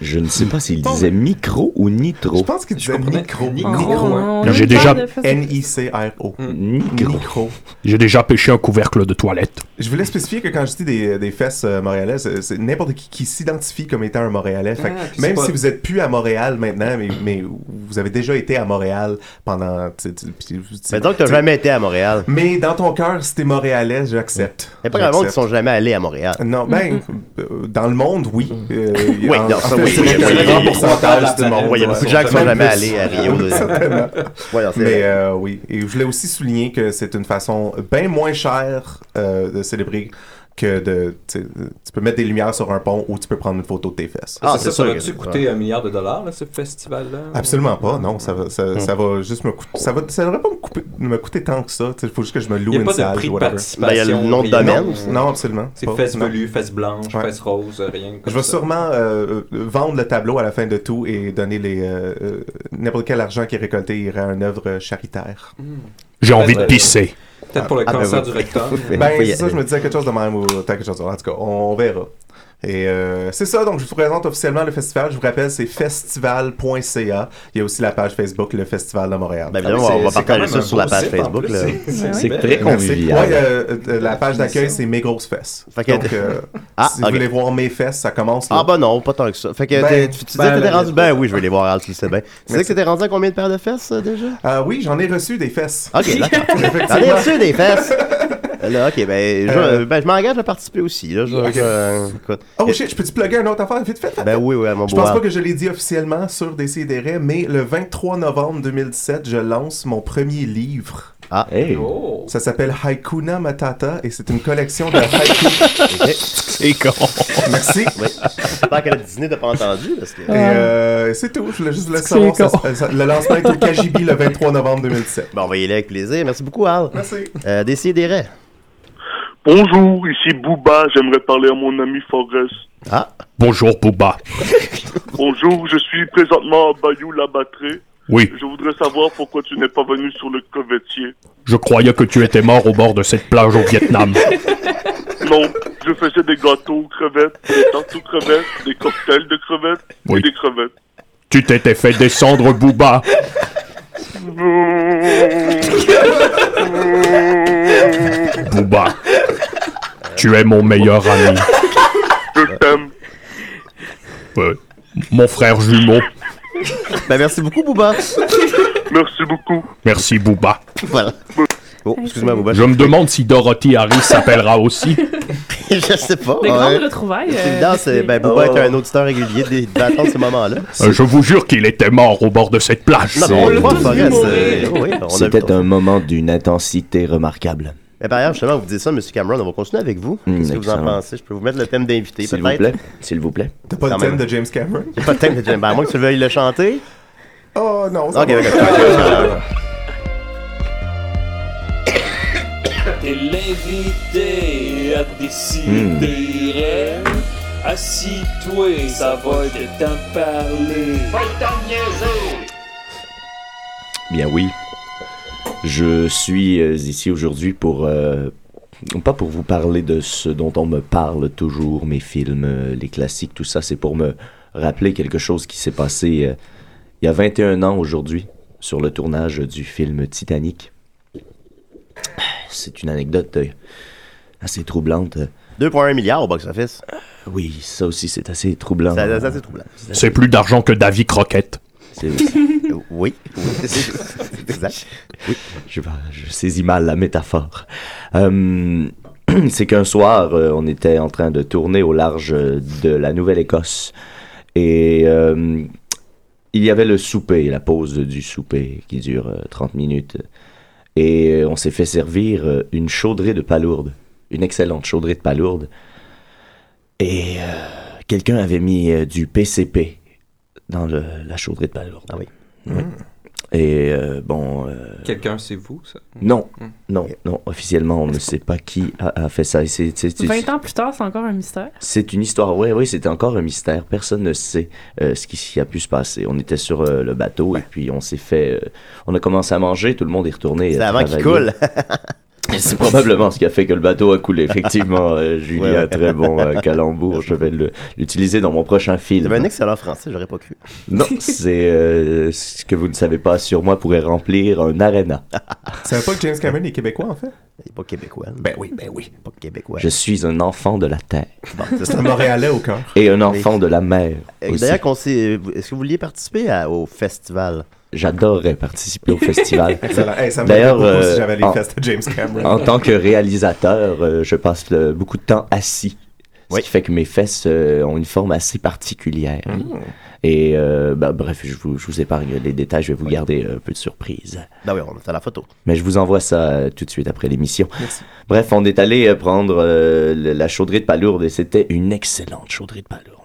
Speaker 4: Je ne sais pas s'il disait micro ou nitro. Je
Speaker 5: pense qu'il disait micro.
Speaker 4: Micro, hein.
Speaker 6: J'ai déjà-
Speaker 5: N-I-C-R-O. Micro.
Speaker 6: J'ai déjà pêché un couvercle de toilette.
Speaker 5: Je voulais spécifier que quand je dis des, des fesses euh, montréalaises, c'est- c'est n'importe qui qui s'identifie comme étant un Montréalais. Fait que
Speaker 8: Ah, puis c'est
Speaker 5: même
Speaker 8: pas-
Speaker 5: si vous êtes plus à Montréal maintenant, mais, mais vous avez déjà été à Montréal pendant. tu- tu- puis- tu-
Speaker 2: Mais donc, [LAUGHS] t'as
Speaker 5: tu-
Speaker 2: jamais été à Montréal.
Speaker 5: Mais dans ton cœur, si t'es Montréalais, j'accepte.
Speaker 2: Il n'y a pas grand monde qui
Speaker 5: J'accepte.
Speaker 2: sont jamais allés à Montréal.
Speaker 5: Non, ben, euh, dans le monde, oui. Euh,
Speaker 2: Oui,
Speaker 5: en-
Speaker 2: non,
Speaker 5: en
Speaker 2: ça,
Speaker 5: fait,
Speaker 2: oui,
Speaker 5: c'est
Speaker 2: oui,
Speaker 5: le
Speaker 2: oui,
Speaker 5: plus grand
Speaker 2: oui, oui.
Speaker 5: pourcentage du monde.
Speaker 2: Oui, il y a beaucoup de gens qui sont
Speaker 5: Même
Speaker 2: jamais
Speaker 5: plus.
Speaker 2: allés à Rio de-
Speaker 5: Certainement.
Speaker 2: Ouais, non, c'est
Speaker 5: Mais
Speaker 2: vrai.
Speaker 5: euh, oui, et je voulais aussi souligner que c'est une façon bien moins chère euh, de célébrer que de. tu sais, Tu peux mettre des lumières sur un pont ou tu peux prendre une photo de tes fesses.
Speaker 8: Ah, c'est ça, ça aurait-tu coûté un milliard de dollars, là, ce festival-là?
Speaker 5: Absolument pas, non. Ça va, ça,
Speaker 8: Hmm.
Speaker 5: ça va juste me coûter. Ça va, ça devrait pas me, couper- me coûter tant que ça. Il faut juste que je me loue
Speaker 8: Il y a
Speaker 5: une
Speaker 8: pas de
Speaker 5: salle.
Speaker 8: prix de
Speaker 5: whatever.
Speaker 8: participation.
Speaker 2: Ben,
Speaker 8: rien.
Speaker 5: Non, non, absolument.
Speaker 8: C'est
Speaker 5: pas.
Speaker 8: fesses
Speaker 5: Non.
Speaker 8: velues, fesses blanches, fesses roses, rien.
Speaker 5: Je
Speaker 8: comme
Speaker 5: vais
Speaker 8: ça.
Speaker 5: sûrement euh, euh, vendre le tableau à la fin de tout et donner les euh, euh, n'importe quel argent qui est récolté ira à une œuvre euh, charitaire.
Speaker 6: J'ai envie de
Speaker 8: Hmm.
Speaker 6: pisser.
Speaker 8: Ben, Peut-être pour le
Speaker 5: Ah, ben
Speaker 8: cancer
Speaker 5: oui.
Speaker 8: du rectum.
Speaker 5: [LAUGHS] ben, c'est ça, je me disais quelque chose de même ou t'as quelque chose. En tout cas, on verra. Et euh, c'est ça, donc je vous présente officiellement le festival. Je vous rappelle, c'est festival.ca. Il y a aussi la page Facebook, le Festival de Montréal.
Speaker 2: Ben, évidemment, Ah, mais on va c'est- partager c'est quand même ça un sur la beau page site, en Facebook,
Speaker 8: [LAUGHS]
Speaker 2: plus. là. C'est- c'est très
Speaker 5: Merci.
Speaker 2: convivial.
Speaker 5: Ouais, euh, euh, la page d'accueil, c'est Mes Grosses Fesses.
Speaker 2: Fait que-
Speaker 5: Donc, euh,
Speaker 2: [LAUGHS] Ah,
Speaker 5: si
Speaker 2: ok.
Speaker 5: vous voulez voir mes fesses, ça commence là.
Speaker 2: Ah bah non, pas tant que ça. Fait que
Speaker 5: Ben,
Speaker 2: t'es- tu, tu disais
Speaker 5: ben,
Speaker 2: que t'étais
Speaker 5: là,
Speaker 2: rendu... Ben oui, je vais les voir, Al, tu le sais bien. Tu disais que
Speaker 5: Merci.
Speaker 2: t'étais rendu à combien de paires de fesses, euh,
Speaker 5: [LAUGHS]
Speaker 2: déjà?
Speaker 5: Euh, oui, j'en ai reçu des fesses.
Speaker 2: Ok,
Speaker 5: [LAUGHS]
Speaker 2: d'accord. J'en ai
Speaker 5: Effectivement.
Speaker 2: reçu des fesses. Là, ok, ben je,
Speaker 5: Euh,
Speaker 2: ben, je m'engage à participer aussi. Là, je,
Speaker 5: Ok.
Speaker 2: euh, écoute.
Speaker 5: Oh shit, je peux-tu plugger une autre affaire vite fait?
Speaker 2: Ben oui, oui, à mon
Speaker 5: Je pense
Speaker 2: beau-âme.
Speaker 5: pas que je l'ai dit officiellement sur Décideret, mais le 23 novembre 2017, je lance mon premier livre.
Speaker 2: Ah,
Speaker 4: hey.
Speaker 5: Ça s'appelle Haikuna Matata et c'est une collection
Speaker 2: [LAUGHS] Eh,
Speaker 5: de haïkus.
Speaker 6: C'est con.
Speaker 5: Merci.
Speaker 2: Oui. J'espère que le Disney t'a pas entendu. Parce que...
Speaker 5: Et euh, c'est tout, je voulais juste le
Speaker 2: C'est
Speaker 5: savoir.
Speaker 2: con.
Speaker 5: ça- ça- le lancement est au Kajibi le 23 novembre 2017.
Speaker 2: Bon, on va y aller avec plaisir. Merci beaucoup, Al.
Speaker 5: Merci.
Speaker 2: Euh, Décideret.
Speaker 11: Bonjour, ici Booba, j'aimerais parler à mon ami Forrest.
Speaker 2: Ah.
Speaker 6: Bonjour, Booba.
Speaker 11: Bonjour, je suis présentement à Bayou Labatré.
Speaker 6: Oui.
Speaker 11: Je voudrais savoir pourquoi tu n'es pas venu sur le crevettier.
Speaker 6: Je croyais que tu étais mort au bord de cette plage au Vietnam.
Speaker 11: [LAUGHS] Non, je faisais des gâteaux aux crevettes, des tartes aux crevettes, des cocktails de crevettes
Speaker 6: Oui.
Speaker 11: et des crevettes.
Speaker 6: Tu t'étais fait descendre, Booba.
Speaker 5: Oh
Speaker 6: Booba. Tu es mon meilleur ami.
Speaker 11: Je t'aime.
Speaker 6: Euh, mon frère jumeau.
Speaker 2: Ben merci beaucoup, Booba.
Speaker 11: [LAUGHS] Merci beaucoup.
Speaker 6: Merci, Booba.
Speaker 2: [LAUGHS] Voilà. Oh, excuse-moi, Booba.
Speaker 6: Je me demande si Dorothy Harris s'appellera aussi.
Speaker 2: [LAUGHS] je sais pas.
Speaker 3: Des grandes retrouvailles, euh,
Speaker 2: Évidemment, c'est- ben, Booba
Speaker 6: Oh.
Speaker 2: est un auditeur régulier des- d'attendre ce moment-là.
Speaker 6: Euh, je vous jure qu'il était mort au bord de cette plage.
Speaker 2: Non, mais on le voit, Forrest. euh, oui, on a vu ton-
Speaker 4: C'était un moment d'une intensité remarquable.
Speaker 2: Mais par ailleurs, justement, vous dites ça, M. Cameron, on va continuer avec vous.
Speaker 4: Mm,
Speaker 2: Qu'est-ce que vous en
Speaker 4: excellent.
Speaker 2: pensez? Je peux vous mettre le thème d'invité,
Speaker 4: S'il vous
Speaker 2: peut-être?
Speaker 4: plaît. S'il vous plaît.
Speaker 5: T'as pas le thème de James Cameron?
Speaker 2: J'ai pas le thème de James. Ben, à moins que tu veuilles le chanter.
Speaker 5: Oh non,
Speaker 2: Ok,
Speaker 5: ça va.
Speaker 2: d'accord. Euh,
Speaker 5: [LAUGHS]
Speaker 12: T'es l'invité à décider.
Speaker 5: Hmm.
Speaker 12: Assis-toi, ça va être temps de parler. Va t'en niaiser!
Speaker 4: Bien oui. Je suis euh, ici aujourd'hui pour... euh, pas pour vous parler de ce dont on me parle toujours, mes films, euh, les classiques, tout ça. C'est pour me rappeler quelque chose qui s'est passé euh, il y a 21 ans aujourd'hui sur le tournage du film Titanic. C'est une anecdote euh, assez troublante.
Speaker 2: 2,1 milliards au box-office.
Speaker 4: Oui, ça aussi, c'est assez troublant.
Speaker 2: Ça- ça, c'est troublant.
Speaker 6: C'est plus d'argent que Davy Croquette.
Speaker 2: [LAUGHS] Oui. C'est exact.
Speaker 4: je, vais- je saisis mal la métaphore. Euh, [CLEARS THROAT] c'est qu'un soir, euh, on était en train de tourner au large euh, de la Nouvelle-Écosse. Et euh, il y avait le souper, la pause du souper qui dure euh, 30 minutes. Et euh, on s'est fait servir euh, une chaudrée de palourdes. Une excellente chaudrée de palourdes. Et euh, quelqu'un avait mis euh, du PCP dans le- la chaudrée de palourdes. Ah oui. Et euh, bon. euh,
Speaker 8: Hmm. Quelqu'un, c'est vous, ça?
Speaker 4: non,
Speaker 8: Mm.
Speaker 4: non, non. Officiellement, on ne sait pas qui a, a fait ça. Et c'est- c'est- c'est-
Speaker 3: 20 ans plus tard, c'est encore un mystère.
Speaker 4: c'est une histoire. Oui, oui, c'était encore un mystère. Personne ne sait euh, ce qui s'y a pu se passer. On était sur euh, le bateau et puis on s'est fait. euh, on a commencé à manger. Tout le monde est retourné.
Speaker 2: C'est
Speaker 4: euh,
Speaker 2: avant qu'il
Speaker 4: travailler.
Speaker 2: coule. [LAUGHS]
Speaker 4: Et [LAUGHS] C'est probablement ce qui a fait que le bateau a coulé. Effectivement, euh, Julie
Speaker 2: Ouais, ouais.
Speaker 4: a un très bon euh, calembour.
Speaker 2: [LAUGHS]
Speaker 4: Je vais le- l'utiliser dans mon prochain film.
Speaker 2: T'avais un excellent français, j'aurais pas cru.
Speaker 4: Non, c'est euh, ce que vous ne savez pas sur moi pourrait remplir un aréna.
Speaker 5: Tu savais pas que James Cameron est québécois, en fait?
Speaker 2: Ah, Il est pas québécois. hein.
Speaker 5: Ben oui, ben oui.
Speaker 2: Pas québécois.
Speaker 4: Je suis un enfant de la terre.
Speaker 5: c'est un Montréalais au cœur.
Speaker 4: Et un enfant de la mer.
Speaker 2: Euh,
Speaker 4: aussi.
Speaker 2: D'ailleurs, qu'on sait- est-ce que vous vouliez participer à- au festival?
Speaker 4: J'adorerais participer au festival.
Speaker 5: Excellent. Hey, [LAUGHS] ça me plairait beaucoup si j'avais les
Speaker 4: en-
Speaker 5: fesses de James Cameron.
Speaker 4: En tant que réalisateur, euh, je passe euh,
Speaker 5: Hmm.
Speaker 4: beaucoup de temps assis. Ce qui fait que mes fesses euh, ont une forme assez particulière. Et euh, bah, bref, je vous, je vous épargne les détails, je vais vous garder un peu de surprise.
Speaker 2: Ben oui, on attend la photo.
Speaker 4: Mais je vous envoie ça euh, tout de suite après l'émission.
Speaker 2: Merci.
Speaker 4: Bref, on est allé euh, prendre euh, le- la chauderie de palourde et c'était une excellente chauderie de palourde.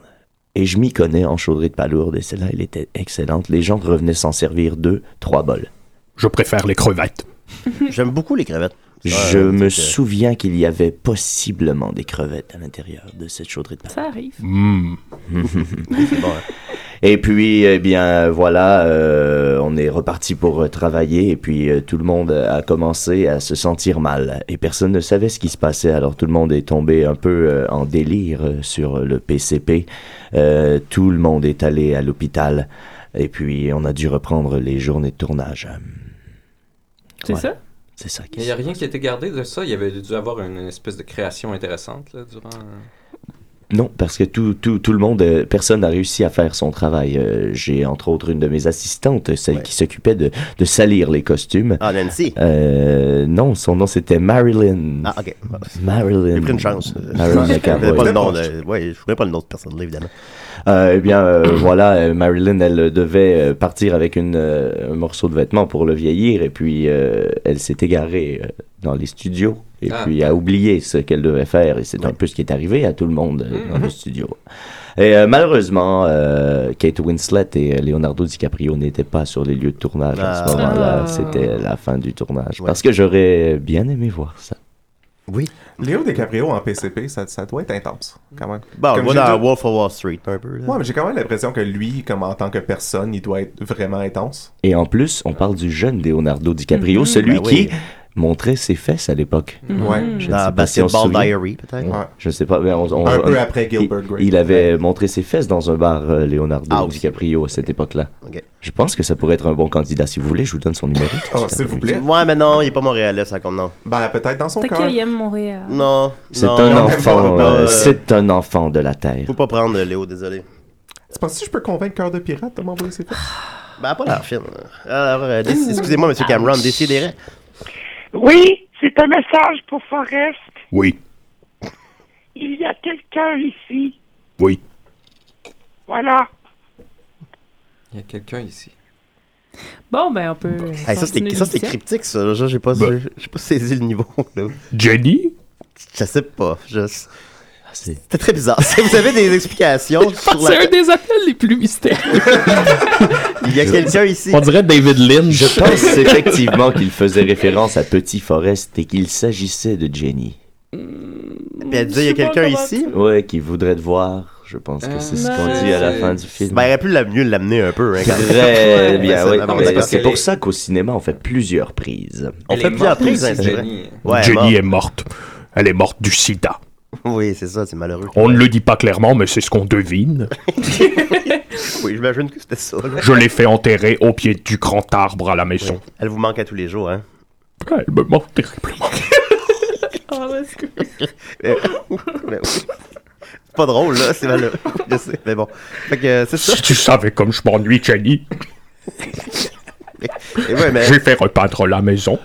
Speaker 4: Et je m'y connais en chauderie de palourde et celle-là, elle était excellente. Les gens revenaient s'en servir deux, trois bols.
Speaker 6: Je préfère les
Speaker 3: [LAUGHS]
Speaker 6: crevettes.
Speaker 2: J'aime beaucoup les crevettes.
Speaker 4: Je
Speaker 2: Ouais,
Speaker 4: me
Speaker 2: c'est-
Speaker 4: souviens qu'il y avait possiblement des crevettes à l'intérieur de cette chauderie de palourde.
Speaker 3: Ça arrive.
Speaker 6: Mmh.
Speaker 4: [LAUGHS] Bon.
Speaker 2: hein.
Speaker 4: Et puis, eh bien, voilà, euh, on est reparti pour euh, travailler et puis euh, tout le monde a commencé à se sentir mal et personne ne savait ce qui se passait. Alors tout le monde est tombé un peu euh, en délire euh, sur le PCP. Euh, tout le monde est allé à l'hôpital et puis on a dû reprendre les journées de tournage.
Speaker 3: C'est
Speaker 4: Voilà.
Speaker 3: ça?
Speaker 4: C'est ça.
Speaker 8: Il n'y a rien qui a été gardé de ça. Il y avait dû avoir une espèce de création intéressante là, durant. euh,
Speaker 4: Non, parce que tout, tout, tout le monde, euh, personne n'a réussi à faire son travail. Euh, J'ai entre autres une de mes assistantes, celle qui s'occupait de, de salir les costumes. Euh,
Speaker 2: Ah, Nancy.
Speaker 4: non, son nom c'était Marilyn.
Speaker 2: Ah, ok.
Speaker 4: Marilyn.
Speaker 2: J'ai pris une chance.
Speaker 4: [LAUGHS] Marilyn
Speaker 2: [LAUGHS] Je connais pas
Speaker 4: McAvoy.
Speaker 2: le nom de, ouais, je connais pas le nom de personne, là, évidemment.
Speaker 4: Euh, eh bien, euh, [CLEARS THROAT] voilà, euh, Marilyn, elle euh, devait euh, partir avec une, euh, un morceau de vêtement pour le vieillir, et puis euh, elle s'est égarée euh, dans les studios, et
Speaker 8: Ah.
Speaker 4: puis a oublié ce qu'elle devait faire, et c'est un peu ce qui est arrivé à tout le monde euh, dans le
Speaker 8: Mhm.
Speaker 4: studio. Et euh, malheureusement, euh, Kate Winslet et euh, Leonardo DiCaprio n'étaient pas sur les lieux de tournage à
Speaker 2: Ah.
Speaker 4: ce moment-là.
Speaker 2: Ah.
Speaker 4: C'était la fin du tournage.
Speaker 5: Ouais.
Speaker 4: Parce que j'aurais bien aimé voir ça.
Speaker 2: Oui.
Speaker 5: Léo DiCaprio en PCP, ça, ça doit être intense, quand même.
Speaker 2: Bon, on
Speaker 5: Comme
Speaker 2: va
Speaker 5: j'ai
Speaker 2: dans
Speaker 5: dit-
Speaker 2: Wolf of Wall Street, un peu. là.
Speaker 5: Ouais, mais j'ai quand même l'impression que lui, comme en tant que personne, il doit être vraiment intense.
Speaker 4: Et en plus, on parle du jeune Leonardo DiCaprio,
Speaker 5: Mhm.
Speaker 4: celui
Speaker 5: Ben oui.
Speaker 4: qui montrait ses fesses à l'époque.
Speaker 5: Mhm. Ouais.
Speaker 4: Je ne
Speaker 5: Dans
Speaker 4: sais pas si on se
Speaker 2: Basketball
Speaker 4: souvient.
Speaker 2: Diary, peut-être.
Speaker 4: Ouais.
Speaker 2: Ouais.
Speaker 4: Je ne sais pas. mais on- on-
Speaker 5: Un
Speaker 4: on-
Speaker 5: peu après Gilbert
Speaker 4: il-
Speaker 5: Grape.
Speaker 4: Il, avait montré ses fesses dans un bar, euh, Leonardo
Speaker 2: Ah,
Speaker 4: DiCaprio, à cette époque-là. Je pense que ça pourrait être un bon candidat. Si vous voulez, je vous donne
Speaker 2: [LAUGHS]
Speaker 4: son numéro. tout de
Speaker 5: Ah,
Speaker 4: suite après.
Speaker 2: Ouais, mais non, il est pas montréalais, ça compte, non.
Speaker 5: Ben, peut-être dans son
Speaker 3: Peut-être qu'il aime Montréal.
Speaker 2: Non.
Speaker 4: C'est
Speaker 2: non,
Speaker 4: un
Speaker 2: non,
Speaker 4: enfant.
Speaker 2: non,
Speaker 4: euh,
Speaker 2: euh,
Speaker 4: C'est un enfant de la terre.
Speaker 2: Faut pas prendre euh, Léo, désolé.
Speaker 5: Tu penses que je peux convaincre Cœur de Pirate de m'envoyer ses fesses?
Speaker 2: Ben, pas leur film. Alors, euh, déc- excusez-moi, monsieur Cameron, décidérez.
Speaker 13: Oui, c'est un message pour Forrest.
Speaker 6: Oui,
Speaker 13: Il y a quelqu'un ici.
Speaker 6: oui.
Speaker 13: Voilà.
Speaker 8: Il y a quelqu'un ici.
Speaker 3: Bon, ben, on peut.
Speaker 2: Hey, ça,
Speaker 3: continuer
Speaker 2: c'était ça, c'était
Speaker 3: l'émission.
Speaker 2: cryptique, ça. Je j'ai pas, j'ai- j'ai pas saisi le niveau. là.
Speaker 6: Ben. Jenny?
Speaker 2: Je sais pas. Je...
Speaker 7: Ah,
Speaker 2: C'était très bizarre. Si vous avez des
Speaker 7: [LAUGHS]
Speaker 2: explications sur la...
Speaker 7: C'est un des appels les plus mystérieux.
Speaker 2: Il y a quelqu'un ici.
Speaker 7: On dirait David Lynch.
Speaker 4: Je pense effectivement qu'il faisait référence à Petit Forest et qu'il s'agissait de Jenny.
Speaker 2: Puis elle dit, il y a quelqu'un ici.
Speaker 4: Ouais, qui voudrait te voir. Je pense que c'est ce qu'on dit à la fin du film.
Speaker 2: Ben, il aurait pu la- mieux l'amener un peu. hein, quand même.
Speaker 4: Très bien,
Speaker 2: Ouais,
Speaker 4: oui.
Speaker 2: ça-
Speaker 4: Non,
Speaker 2: on
Speaker 4: mais
Speaker 2: est
Speaker 4: c'est
Speaker 2: d'accord.
Speaker 4: c'est pour ça qu'au cinéma, on fait plusieurs prises.
Speaker 2: On fait plusieurs prises, hein, c'est vrai. Ouais,
Speaker 6: Jenny
Speaker 2: mort.
Speaker 6: est morte. Elle est morte du sida.
Speaker 2: Oui, c'est ça, c'est malheureux.
Speaker 6: On ne le dit pas clairement, mais c'est ce
Speaker 2: [LAUGHS]
Speaker 6: qu'on devine.
Speaker 2: Oui, j'imagine que c'était ça. là.
Speaker 6: Je l'ai fait enterrer au pied du grand arbre à la maison.
Speaker 2: Elle vous manque à tous les jours, hein?
Speaker 6: Elle me manque terriblement.
Speaker 3: Ah, parce que-
Speaker 2: [LAUGHS] Mais- mais Euh, ben oui. C'est pas drôle, là, c'est malheureux. Je sais, mais bon. Fait que euh, c'est ça.
Speaker 6: Si tu savais comme je m'ennuie,
Speaker 2: [LAUGHS]
Speaker 6: Jenny.
Speaker 2: Et ouais, mais-
Speaker 6: J'ai fait repeindre la maison.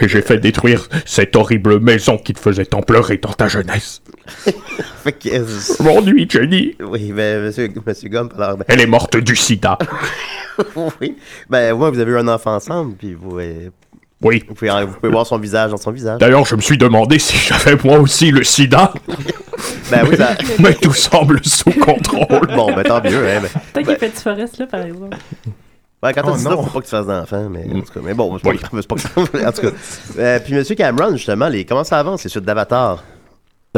Speaker 6: Et j'ai fait détruire cette horrible maison qui te faisait tant pleurer dans ta jeunesse.
Speaker 2: Fait que. euh, c'est-
Speaker 6: Je m'ennuie, Jenny.
Speaker 2: Oui, mais monsieur, monsieur Gump, alors. ben-
Speaker 6: Elle est morte du sida.
Speaker 2: [LAUGHS] oui. Ben, ouais, vous avez eu un enfant ensemble, puis vous. euh,
Speaker 6: Oui.
Speaker 2: Vous pouvez, vous pouvez voir son visage dans son visage.
Speaker 6: D'ailleurs, je me suis demandé si j'avais moi aussi le sida.
Speaker 2: Ben oui, ça-
Speaker 6: mais, mais tout semble sous contrôle.
Speaker 2: Bon, ben tant mieux, hein. ben-
Speaker 3: Peut-être qu'il fait du Forest, là, par exemple.
Speaker 2: Ouais, quand
Speaker 5: Oh
Speaker 2: on dit ça,
Speaker 5: non.
Speaker 2: faut pas que tu fasses d'enfant, mais,
Speaker 6: Mm.
Speaker 2: en tout cas, mais bon, c'est pas, c'est pas grave. En tout cas, Euh, puis Monsieur Cameron, justement, les, comment ça avance, les suites d'Avatar?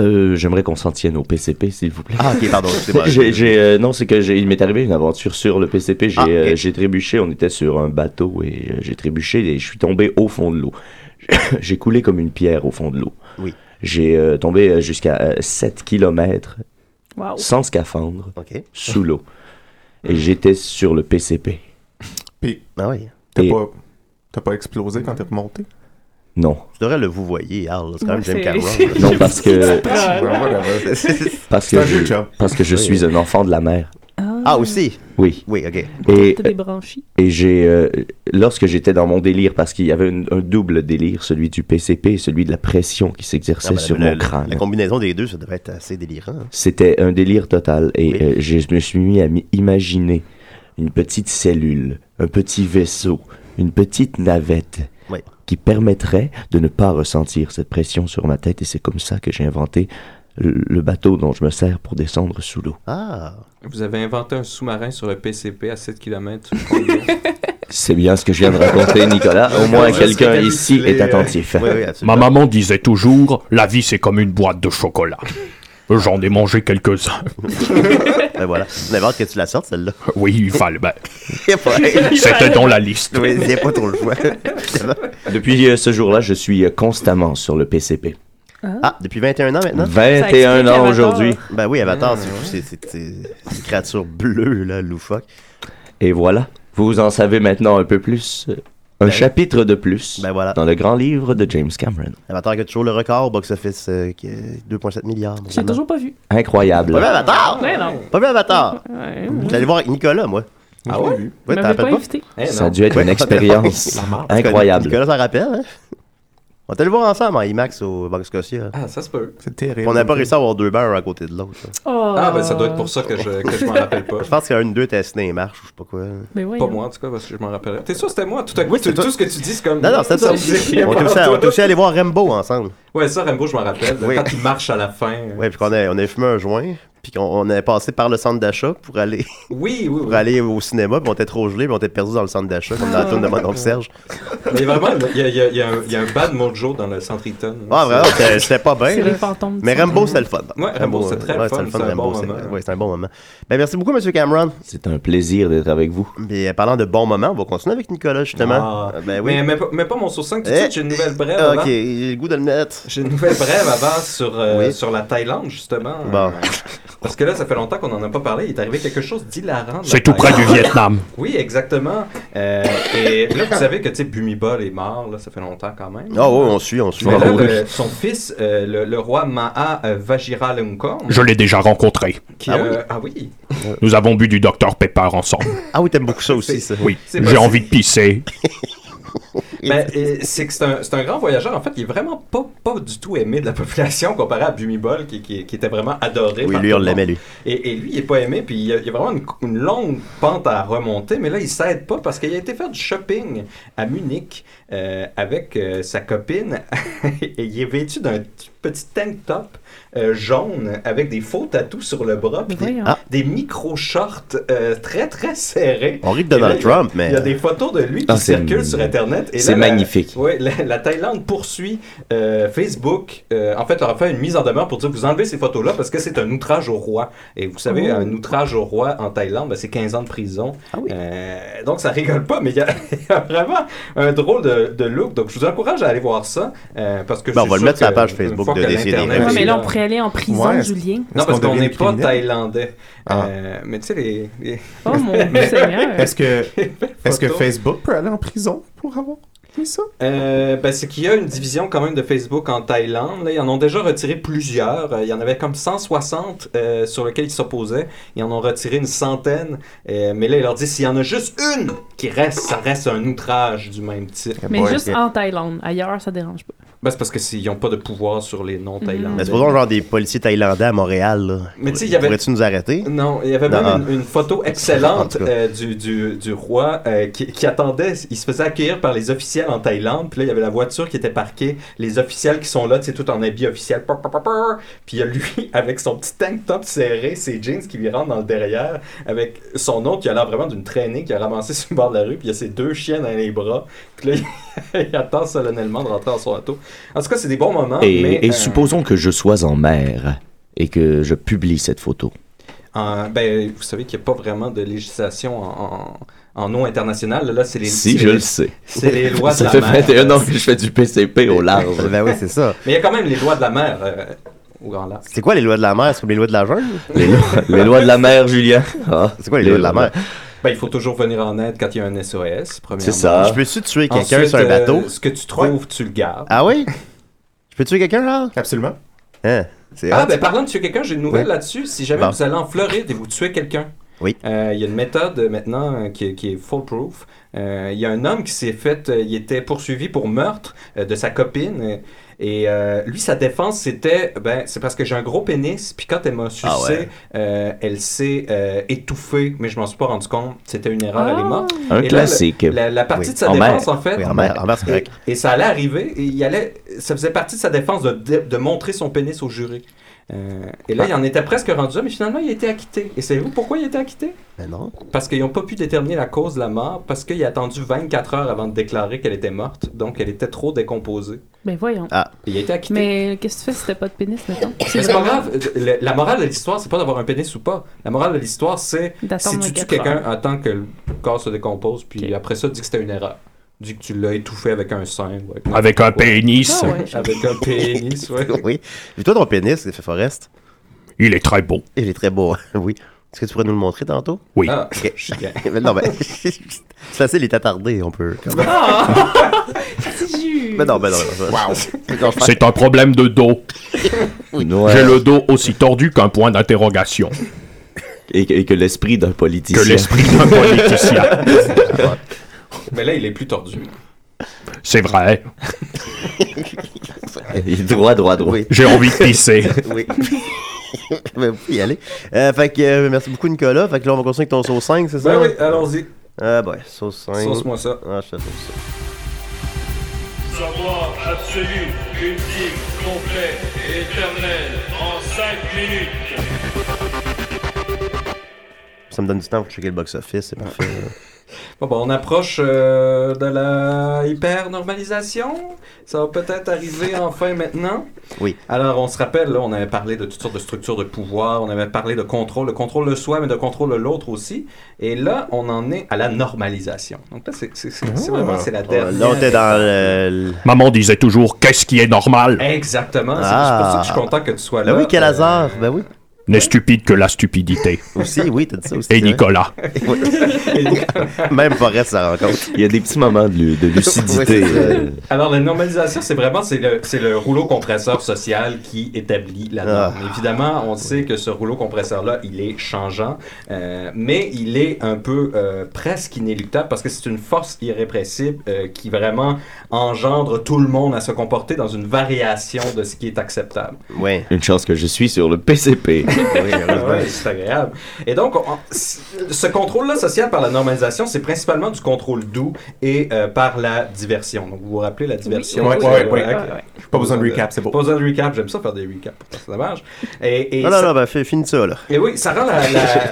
Speaker 4: Euh, J'aimerais qu'on s'en tienne au PCP, s'il vous plaît.
Speaker 2: Ah, ok, pardon, c'est
Speaker 4: [LAUGHS]
Speaker 2: moi.
Speaker 4: J'ai- j'ai, euh, non, c'est que j'ai- il m'est arrivé une aventure sur le PCP. J'ai
Speaker 2: Ah, ok.
Speaker 4: euh, j'ai trébuché. On était sur un bateau et euh, j'ai trébuché et je suis tombé au fond de l'eau. [COUGHS] j'ai coulé comme une pierre au fond de l'eau.
Speaker 2: Oui.
Speaker 4: J'ai euh, tombé euh, jusqu'à euh, 7 km
Speaker 3: Wow.
Speaker 4: sans scaphandre
Speaker 2: Ok.
Speaker 4: sous l'eau. Et j'étais sur le PCP.
Speaker 5: Puis,
Speaker 2: Ah oui.
Speaker 5: t'as
Speaker 4: Et-
Speaker 5: pas, t'as pas explosé quand t'es remonté?
Speaker 4: Non.
Speaker 2: Tu devrais le vous voyez, Arl, c'est quand même
Speaker 5: Ouais,
Speaker 2: James
Speaker 5: c'est-
Speaker 2: Cameron. là.
Speaker 4: Non, parce que.
Speaker 5: [LAUGHS] Ouais, voilà.
Speaker 4: Parce
Speaker 2: [LAUGHS]
Speaker 5: C'est
Speaker 4: que,
Speaker 5: un jeu,
Speaker 4: je,
Speaker 5: chum.
Speaker 4: parce que je
Speaker 5: Oui.
Speaker 4: suis un enfant de la mer.
Speaker 2: Ah, aussi?
Speaker 4: Oui.
Speaker 2: Oui, OK.
Speaker 4: Et,
Speaker 3: T'as des branchies.
Speaker 4: et j'ai, euh, lorsque j'étais dans mon délire, parce qu'il y avait une- un double délire, celui du PCP et celui de la pression qui s'exerçait
Speaker 2: Ah, ben,
Speaker 4: sur
Speaker 2: la-
Speaker 4: mon
Speaker 2: la-
Speaker 4: crâne.
Speaker 2: La combinaison des deux, ça devrait être assez délirant.
Speaker 4: [LAUGHS] C'était un délire total et euh, je me suis mis à mi- imaginer une petite cellule, un petit vaisseau, une petite navette
Speaker 2: Oui.
Speaker 4: qui permettrait de ne pas ressentir cette pression sur ma tête et c'est comme ça que j'ai inventé le, le bateau dont je me sers pour descendre sous l'eau.
Speaker 2: Ah!
Speaker 8: Vous avez inventé un sous-marin sur le PCP à 7 km.
Speaker 4: C'est bien ce que je viens de raconter, Nicolas. Au moins quelqu'un ici est attentif.
Speaker 6: Ma maman disait toujours, la vie c'est comme une boîte de chocolat. J'en ai mangé quelques-uns.
Speaker 2: [LAUGHS] ben voilà. On avait hâte que tu la sortes, celle-là.
Speaker 6: Oui, il fallait. ben,
Speaker 2: Ouais.
Speaker 6: C'était dans la liste.
Speaker 2: Oui, il n'y
Speaker 4: [LAUGHS]
Speaker 2: a pas trop le choix.
Speaker 4: Depuis euh, ce jour-là, je suis euh, constamment sur le PCP.
Speaker 2: Ah, depuis 21 ans maintenant?
Speaker 4: 21 ans aujourd'hui.
Speaker 2: Ben oui, Avatar,
Speaker 4: Ah,
Speaker 2: c'est fou, c'est- c'est c'est- c'est une créature bleue, là, loufoque.
Speaker 4: Et voilà, vous en savez maintenant un peu plus. euh, Un
Speaker 2: Ben-
Speaker 4: chapitre de plus dans le grand livre de James Cameron.
Speaker 2: Avatar qui a toujours le record au box-office, euh, qui est 2,7 milliards.
Speaker 3: J'ai toujours pas vu.
Speaker 4: Incroyable.
Speaker 2: Pas vu Avatar!
Speaker 3: Ouais, non.
Speaker 2: Pas vu Avatar!
Speaker 3: Ouais,
Speaker 2: Je suis allé voir avec Nicolas, moi. Ah ouais?
Speaker 3: Vous
Speaker 2: t'en
Speaker 3: m'avez
Speaker 2: rappelles
Speaker 3: pas invité. Eh,
Speaker 4: Ça a dû être une
Speaker 2: Ouais,
Speaker 4: expérience
Speaker 2: la mort.
Speaker 4: incroyable.
Speaker 2: Nicolas s'en rappelle, hein? On est allé voir ensemble en IMAX au Banque Scotia.
Speaker 8: Ah, ça se peut.
Speaker 2: C'est terrible. On n'a pas réussi à avoir deux beurs à côté de l'autre. là.
Speaker 3: Oh.
Speaker 8: Ah, ben ça doit être pour ça que je, que je m'en rappelle pas.
Speaker 2: Je pense qu'il y a une deux testé les marches, je sais pas quoi.
Speaker 3: Mais oui.
Speaker 8: Pas moi, en tout cas, parce que je m'en rappellerai. T'es sûr, c'était moi? Tout à coup,
Speaker 2: Oui, c'est
Speaker 8: tout,
Speaker 2: toi.
Speaker 8: tout ce que tu dis, c'est comme.
Speaker 2: Non, non,
Speaker 8: [LAUGHS]
Speaker 2: c'était ça. On était aussi- on était aussi allé voir Rambo ensemble.
Speaker 8: Ouais, ça, Rambo, je m'en rappelle.
Speaker 2: Oui.
Speaker 8: Quand il marche à la fin.
Speaker 2: Ouais, puis qu'on a, on a fumé un joint, puis qu'on on est passé par le centre d'achat pour aller.
Speaker 8: [LAUGHS] Oui, oui,
Speaker 2: Pour aller au cinéma, puis on était trop gelé, puis on était perdu dans le centre d'achat, comme dans la tourne de mon oncle Serge.
Speaker 8: Il y a vraiment il y a, il y a- il y a un, il y a un bad mojo dans le centre Eaton.
Speaker 2: Ah, vraiment, c'était- c'était pas bien.
Speaker 8: C'est
Speaker 2: là.
Speaker 8: les fantômes du
Speaker 2: Mais
Speaker 8: centre.
Speaker 2: Rambo, c'était le fun.
Speaker 8: Ouais, Rambo, c'était très
Speaker 2: ouais,
Speaker 8: fun,
Speaker 2: c'était le
Speaker 8: c'est un
Speaker 2: Rambo,
Speaker 8: bon
Speaker 2: c'est-
Speaker 8: moment.
Speaker 2: ouais, c'était un bon moment. Ben, merci beaucoup, M. Cameron.
Speaker 4: C'est un plaisir d'être avec vous.
Speaker 2: Mais euh, parlant de bons moments, on va continuer avec Nicolas, justement.
Speaker 8: Ah.
Speaker 2: Euh, ben oui.
Speaker 8: mais, mais, pas- mais pas mon source tout de
Speaker 2: Eh.
Speaker 8: suite, j'ai une nouvelle brève.
Speaker 2: Ah,
Speaker 8: avant.
Speaker 2: ok, j'ai le goût de le mettre.
Speaker 8: J'ai une nouvelle brève avant sur, euh,
Speaker 2: Oui.
Speaker 8: sur la Thaïlande, justement.
Speaker 2: Bon.
Speaker 8: [LAUGHS] Parce que là, ça fait longtemps qu'on n'en a pas parlé. Il est arrivé quelque chose d'hilarant. de la
Speaker 6: C'est tout près du
Speaker 8: Thaïlande.
Speaker 6: Vietnam.
Speaker 8: [LAUGHS] Oui, exactement. Euh, et là, vous savez que, tu sais, Bhumibol est mort, là, ça fait longtemps quand même.
Speaker 2: Ah ouais, on suit, on suit.
Speaker 8: Mais là,
Speaker 6: Ah oui.
Speaker 8: le- son fils, euh, le, le roi Maha euh, Vajiralongkorn,
Speaker 6: Je l'ai déjà rencontré.
Speaker 8: qui, euh, ah oui,
Speaker 6: Nous avons bu du Dr Pepper ensemble.
Speaker 2: Ah oui, t'aimes beaucoup ça aussi, ça.
Speaker 6: Oui,
Speaker 8: C'est
Speaker 6: j'ai
Speaker 8: possible.
Speaker 6: envie de pisser.
Speaker 8: Mais euh, c'est que c'est un, c'est un grand voyageur. En fait, il est vraiment pas, pas du tout aimé de la population comparé à Bhumibol, qui, qui, qui était vraiment adoré.
Speaker 2: Oui,
Speaker 8: par
Speaker 2: lui,
Speaker 8: tout
Speaker 2: on
Speaker 8: le
Speaker 2: l'aimait,
Speaker 8: monde.
Speaker 2: lui.
Speaker 8: Et, et lui, il est pas aimé, puis il y a, il y a vraiment une, une longue pente à remonter, mais là, il s'aide pas parce qu'il a été faire du shopping à Munich euh, avec euh, sa copine, [LAUGHS] et il est vêtu d'un t- petit tank top euh, jaune avec des faux tatous sur le bras, puis des,
Speaker 2: voyons. Ah.
Speaker 8: des micro-shorts euh, très, très serrés.
Speaker 2: On rit de
Speaker 8: Et là,
Speaker 2: Donald
Speaker 8: il y a-
Speaker 2: Trump, mais-
Speaker 8: Il y a des photos de lui qui
Speaker 4: Ah, c'est-
Speaker 8: circulent sur Internet. et là,
Speaker 4: c'est
Speaker 8: la-
Speaker 4: magnifique.
Speaker 8: oui, la, la Thaïlande poursuit euh, Facebook. euh, en fait, leur a fait une mise en demeure pour dire vous enlevez ces photos-là parce que c'est un outrage au roi. Et vous savez,
Speaker 4: Oh.
Speaker 8: un outrage au roi en Thaïlande, ben, c'est 15 ans de prison.
Speaker 2: Ah
Speaker 8: Euh, donc, ça rigole pas, mais il y, a- [LAUGHS] il y a vraiment un drôle de, de look. Donc, je vous encourage à aller voir ça euh, parce que je
Speaker 2: Ben, on
Speaker 8: suis
Speaker 2: va le
Speaker 8: sûr
Speaker 2: mettre sur la
Speaker 8: que
Speaker 2: page
Speaker 8: une
Speaker 2: Facebook
Speaker 8: fois
Speaker 2: de
Speaker 8: que
Speaker 2: Décidéré.
Speaker 8: l'Internet
Speaker 3: Ouais,
Speaker 8: est
Speaker 3: mais là, on
Speaker 8: là-
Speaker 3: pourrait aller en prison,
Speaker 8: Ouais.
Speaker 3: Julien.
Speaker 8: Non, parce qu'on n'est
Speaker 5: devient
Speaker 8: pas
Speaker 5: criminel?
Speaker 8: thaïlandais.
Speaker 2: Ah.
Speaker 8: Euh, mais tu sais, les. les-
Speaker 3: Oh
Speaker 8: [LAUGHS]
Speaker 3: mon Seigneur.
Speaker 5: Est-ce que, est-ce que
Speaker 8: Photo.
Speaker 5: Facebook peut aller en prison pour avoir
Speaker 2: [LAUGHS]
Speaker 5: mis ça?
Speaker 8: Euh, ben, c'est qu'il y a une division quand même de Facebook en Thaïlande. Là. Ils en ont déjà retiré plusieurs. Euh, Il y en avait comme 160 euh, sur lesquels ils s'opposaient. Ils en ont retiré une centaine. Euh, mais là, ils leur disent s'il y en a juste une qui reste, ça reste un outrage du même type.
Speaker 3: Mais juste en Thaïlande. Ailleurs, ça dérange pas.
Speaker 8: Ben, c'est parce qu'ils n'ont pas de pouvoir sur les
Speaker 3: Mhm.
Speaker 8: non-Thaïlandais.
Speaker 2: Mais supposons, genre, des policiers thaïlandais à Montréal, là.
Speaker 8: Ben, Mais tu sais, il y avait-
Speaker 2: Pourrais-tu nous arrêter?
Speaker 8: Non, il y avait
Speaker 2: Non,
Speaker 8: même
Speaker 2: ah.
Speaker 8: une, une photo excellente euh, du, du, du roi euh, qui, qui attendait. Il se faisait accueillir par les officiels en Thaïlande. Puis là, il y avait la voiture qui était parquée. Les officiels qui sont là, tu sais, tout en habit officiel. Pa, pa, pa, pa. Puis il y a lui [LAUGHS] avec son petit tank top serré, ses jeans qui lui rentrent dans le derrière, avec son autre qui a l'air vraiment d'une traînée qui a ramassé [LAUGHS] sur le bord de la rue. Puis il y a ses deux chiens dans les bras. Puis là, [LAUGHS] il, attend solennellement de rentrer dans son auto. En tout cas, c'est des bons moments.
Speaker 4: Et,
Speaker 8: mais,
Speaker 4: et
Speaker 8: euh,
Speaker 4: supposons que je sois en mer et que je publie cette photo.
Speaker 8: En- ben, vous savez qu'il n'y a pas vraiment de législation en, en, en eau internationale. Là, c'est les,
Speaker 4: Si,
Speaker 8: c'est
Speaker 4: je
Speaker 8: les-
Speaker 4: le sais.
Speaker 8: C'est les lois
Speaker 4: Ça
Speaker 8: de
Speaker 4: fait
Speaker 8: la mer.
Speaker 4: 21 ans que je fais du PCP au
Speaker 8: [LAUGHS]
Speaker 4: large.
Speaker 2: Ben oui, c'est ça.
Speaker 8: Mais il y a quand même les lois de la mer euh, au grand large.
Speaker 2: C'est quoi les lois de la mer? C'est comme les lois de la jungle?
Speaker 4: Les lois, les lois de la mer, Julien. Ah,
Speaker 2: C'est quoi les lois de la mer?
Speaker 8: Ben, il faut toujours venir en aide quand il y a un SOS, premièrement.
Speaker 4: C'est ça.
Speaker 2: Je peux-tu tuer quelqu'un
Speaker 8: Ensuite,
Speaker 2: sur un
Speaker 8: euh,
Speaker 2: bateau?
Speaker 8: ce que tu trouves, tu le gardes.
Speaker 2: Ah oui? Je peux tuer quelqu'un, là?
Speaker 5: Absolument.
Speaker 2: Hein? C'est
Speaker 8: Ah,
Speaker 2: hot.
Speaker 8: ben, parlant de tuer quelqu'un, j'ai une nouvelle
Speaker 2: Oui.
Speaker 8: là-dessus. Si jamais
Speaker 2: Bon.
Speaker 8: vous allez en Floride et vous tuez quelqu'un,
Speaker 2: Oui.
Speaker 8: Euh, il y a une méthode euh, maintenant euh, qui, est- qui est foolproof. Euh, il y a un homme qui s'est fait, euh, il était poursuivi pour meurtre euh, de sa copine. euh, et euh, lui, sa défense, c'était, ben, c'est parce que j'ai un gros pénis, puis quand elle m'a sucé,
Speaker 4: Ah ouais.
Speaker 8: euh, elle s'est euh, étouffée, mais je m'en suis pas rendu compte. C'était une erreur, elle est morte.
Speaker 4: Un
Speaker 8: Et là,
Speaker 4: classique.
Speaker 8: le- la, la partie
Speaker 4: Oui.
Speaker 8: de sa
Speaker 4: En
Speaker 8: défense,
Speaker 4: mer.
Speaker 8: en fait. ben,
Speaker 4: Oui, en mer- en mer, c'est correct.
Speaker 8: et, et ça allait arriver, et il allait, ça faisait partie de sa défense de, de- de montrer son pénis au jury. Euh, et là, il en était presque rendu là, mais finalement, il a été acquitté. Et savez-vous pourquoi il a été acquitté?
Speaker 2: Mais non.
Speaker 8: Parce qu'ils n'ont pas pu déterminer la cause de la mort, parce qu'il a attendu 24 heures avant de déclarer qu'elle était morte, donc elle était trop décomposée.
Speaker 3: Ben voyons.
Speaker 8: Et il a été acquitté.
Speaker 3: Mais qu'est-ce que tu fais si t'as pas de pénis, maintenant?
Speaker 8: Mais c'est pas grave. Le- la morale de l'histoire, c'est pas d'avoir un pénis ou pas. La morale de l'histoire, c'est
Speaker 3: D'attendre
Speaker 8: si tu tues
Speaker 3: 24
Speaker 8: quelqu'un en tant que le corps se décompose, puis après ça, dis que c'était une erreur. Dis que tu l'as étouffé avec un sein. ou avec-
Speaker 6: Avec un pénis.
Speaker 8: Ah ouais. Avec un pénis, ouais.
Speaker 2: [LAUGHS] oui. Puis toi, ton pénis, fait Forest.
Speaker 6: Il est très beau.
Speaker 2: Il est très beau, hein, oui. Est-ce que tu pourrais nous le montrer tantôt?
Speaker 6: Oui.
Speaker 8: Ah,
Speaker 2: Ok.
Speaker 8: je suis bien. Ben,
Speaker 2: Mais [LAUGHS] non, mais. c'est facile, il est attardé, on peut. quand même. Mais Ben non, mais non. non, non. [LAUGHS] Non, je pense-
Speaker 6: C'est un problème
Speaker 8: [LAUGHS]
Speaker 6: de dos. J'ai le dos aussi tordu qu'un point d'interrogation.
Speaker 4: Et, que- et que l'esprit d'un politicien.
Speaker 6: Que l'esprit d'un politicien.
Speaker 8: [LAUGHS] Mais là, il est plus tordu.
Speaker 6: C'est vrai.
Speaker 4: Il est [LAUGHS] droit, droit, droit.
Speaker 6: J'ai envie de pisser.
Speaker 2: [LAUGHS] oui. mais vous pouvez y aller. Euh, fait que euh, merci beaucoup, Nicolas. Fait que là, on va continuer avec ton sauce 5, c'est ça?
Speaker 8: Ben oui, allons-y.
Speaker 2: Ah, ben, sauce 5.
Speaker 8: Sauce-moi ça.
Speaker 2: Ah, je te sauce ça.
Speaker 12: Savoir absolu, ultime, complet et éternel en 5
Speaker 5: [LAUGHS]
Speaker 12: minutes.
Speaker 2: Ça me donne du temps pour checker le box-office, c'est parfait.
Speaker 8: Ah.
Speaker 2: [LAUGHS]
Speaker 8: Bon, bon, on approche euh, de la hyper-normalisation. Ça va peut-être arriver enfin maintenant.
Speaker 2: Oui.
Speaker 8: Alors, on se rappelle, là, on avait parlé de toutes sortes de structures de pouvoir, on avait parlé de contrôle, de contrôle de soi, mais de contrôle de l'autre aussi. Et là, on en est à la normalisation. Donc là, c'est c'est- c'est- c'est
Speaker 6: Ah.
Speaker 8: vraiment Ah, c'est la dernière.
Speaker 2: Oh Là, on était dans le.
Speaker 6: Maman disait toujours qu'est-ce qui est normal
Speaker 8: Exactement. C'est
Speaker 2: Ah.
Speaker 8: c'est pour ça que je suis content que tu sois là.
Speaker 2: Ben oui, quel hasard. Ben oui.
Speaker 6: N'est stupide que la stupidité.
Speaker 2: [LAUGHS] Aussi, oui, t'as dit ça aussi.
Speaker 6: Et
Speaker 2: c'est vrai.
Speaker 6: Nicolas.
Speaker 2: [LAUGHS] Oui. Même Forest s'en rend compte.
Speaker 4: Il y a des petits moments de, lu- de lucidité.
Speaker 2: Oui, c'est ça.
Speaker 4: euh,
Speaker 8: Alors, la normalisation, c'est vraiment c'est le, c'est le rouleau compresseur social qui établit la norme. Évidemment, on sait que ce rouleau compresseur-là, il est changeant, euh, mais il est un peu euh, presque inéluctable parce que c'est une force irrépressible euh, qui vraiment engendre tout le monde à se comporter dans une variation de ce qui est acceptable.
Speaker 2: Ouais.
Speaker 4: Une chance que je suis sur le PCP.
Speaker 8: Ouais, c'est agréable. Et donc, on- ce contrôle-là social par la normalisation, c'est principalement du contrôle doux et euh, par la diversion. Donc, vous vous rappelez la diversion
Speaker 5: Oui, oui,
Speaker 8: c'est,
Speaker 5: oui,
Speaker 8: euh,
Speaker 5: oui.
Speaker 8: avec-
Speaker 5: Ouais, ouais. Pas besoin de recap, c'est beau.
Speaker 8: Pas besoin de recap, j'aime ça faire des recaps pour ça, dommage. Et, et
Speaker 2: Non,
Speaker 8: ça-
Speaker 2: non, non, ben, fais- finis ça, là.
Speaker 8: Et Eh oui, ça rend la...
Speaker 2: [LAUGHS]
Speaker 8: la- la-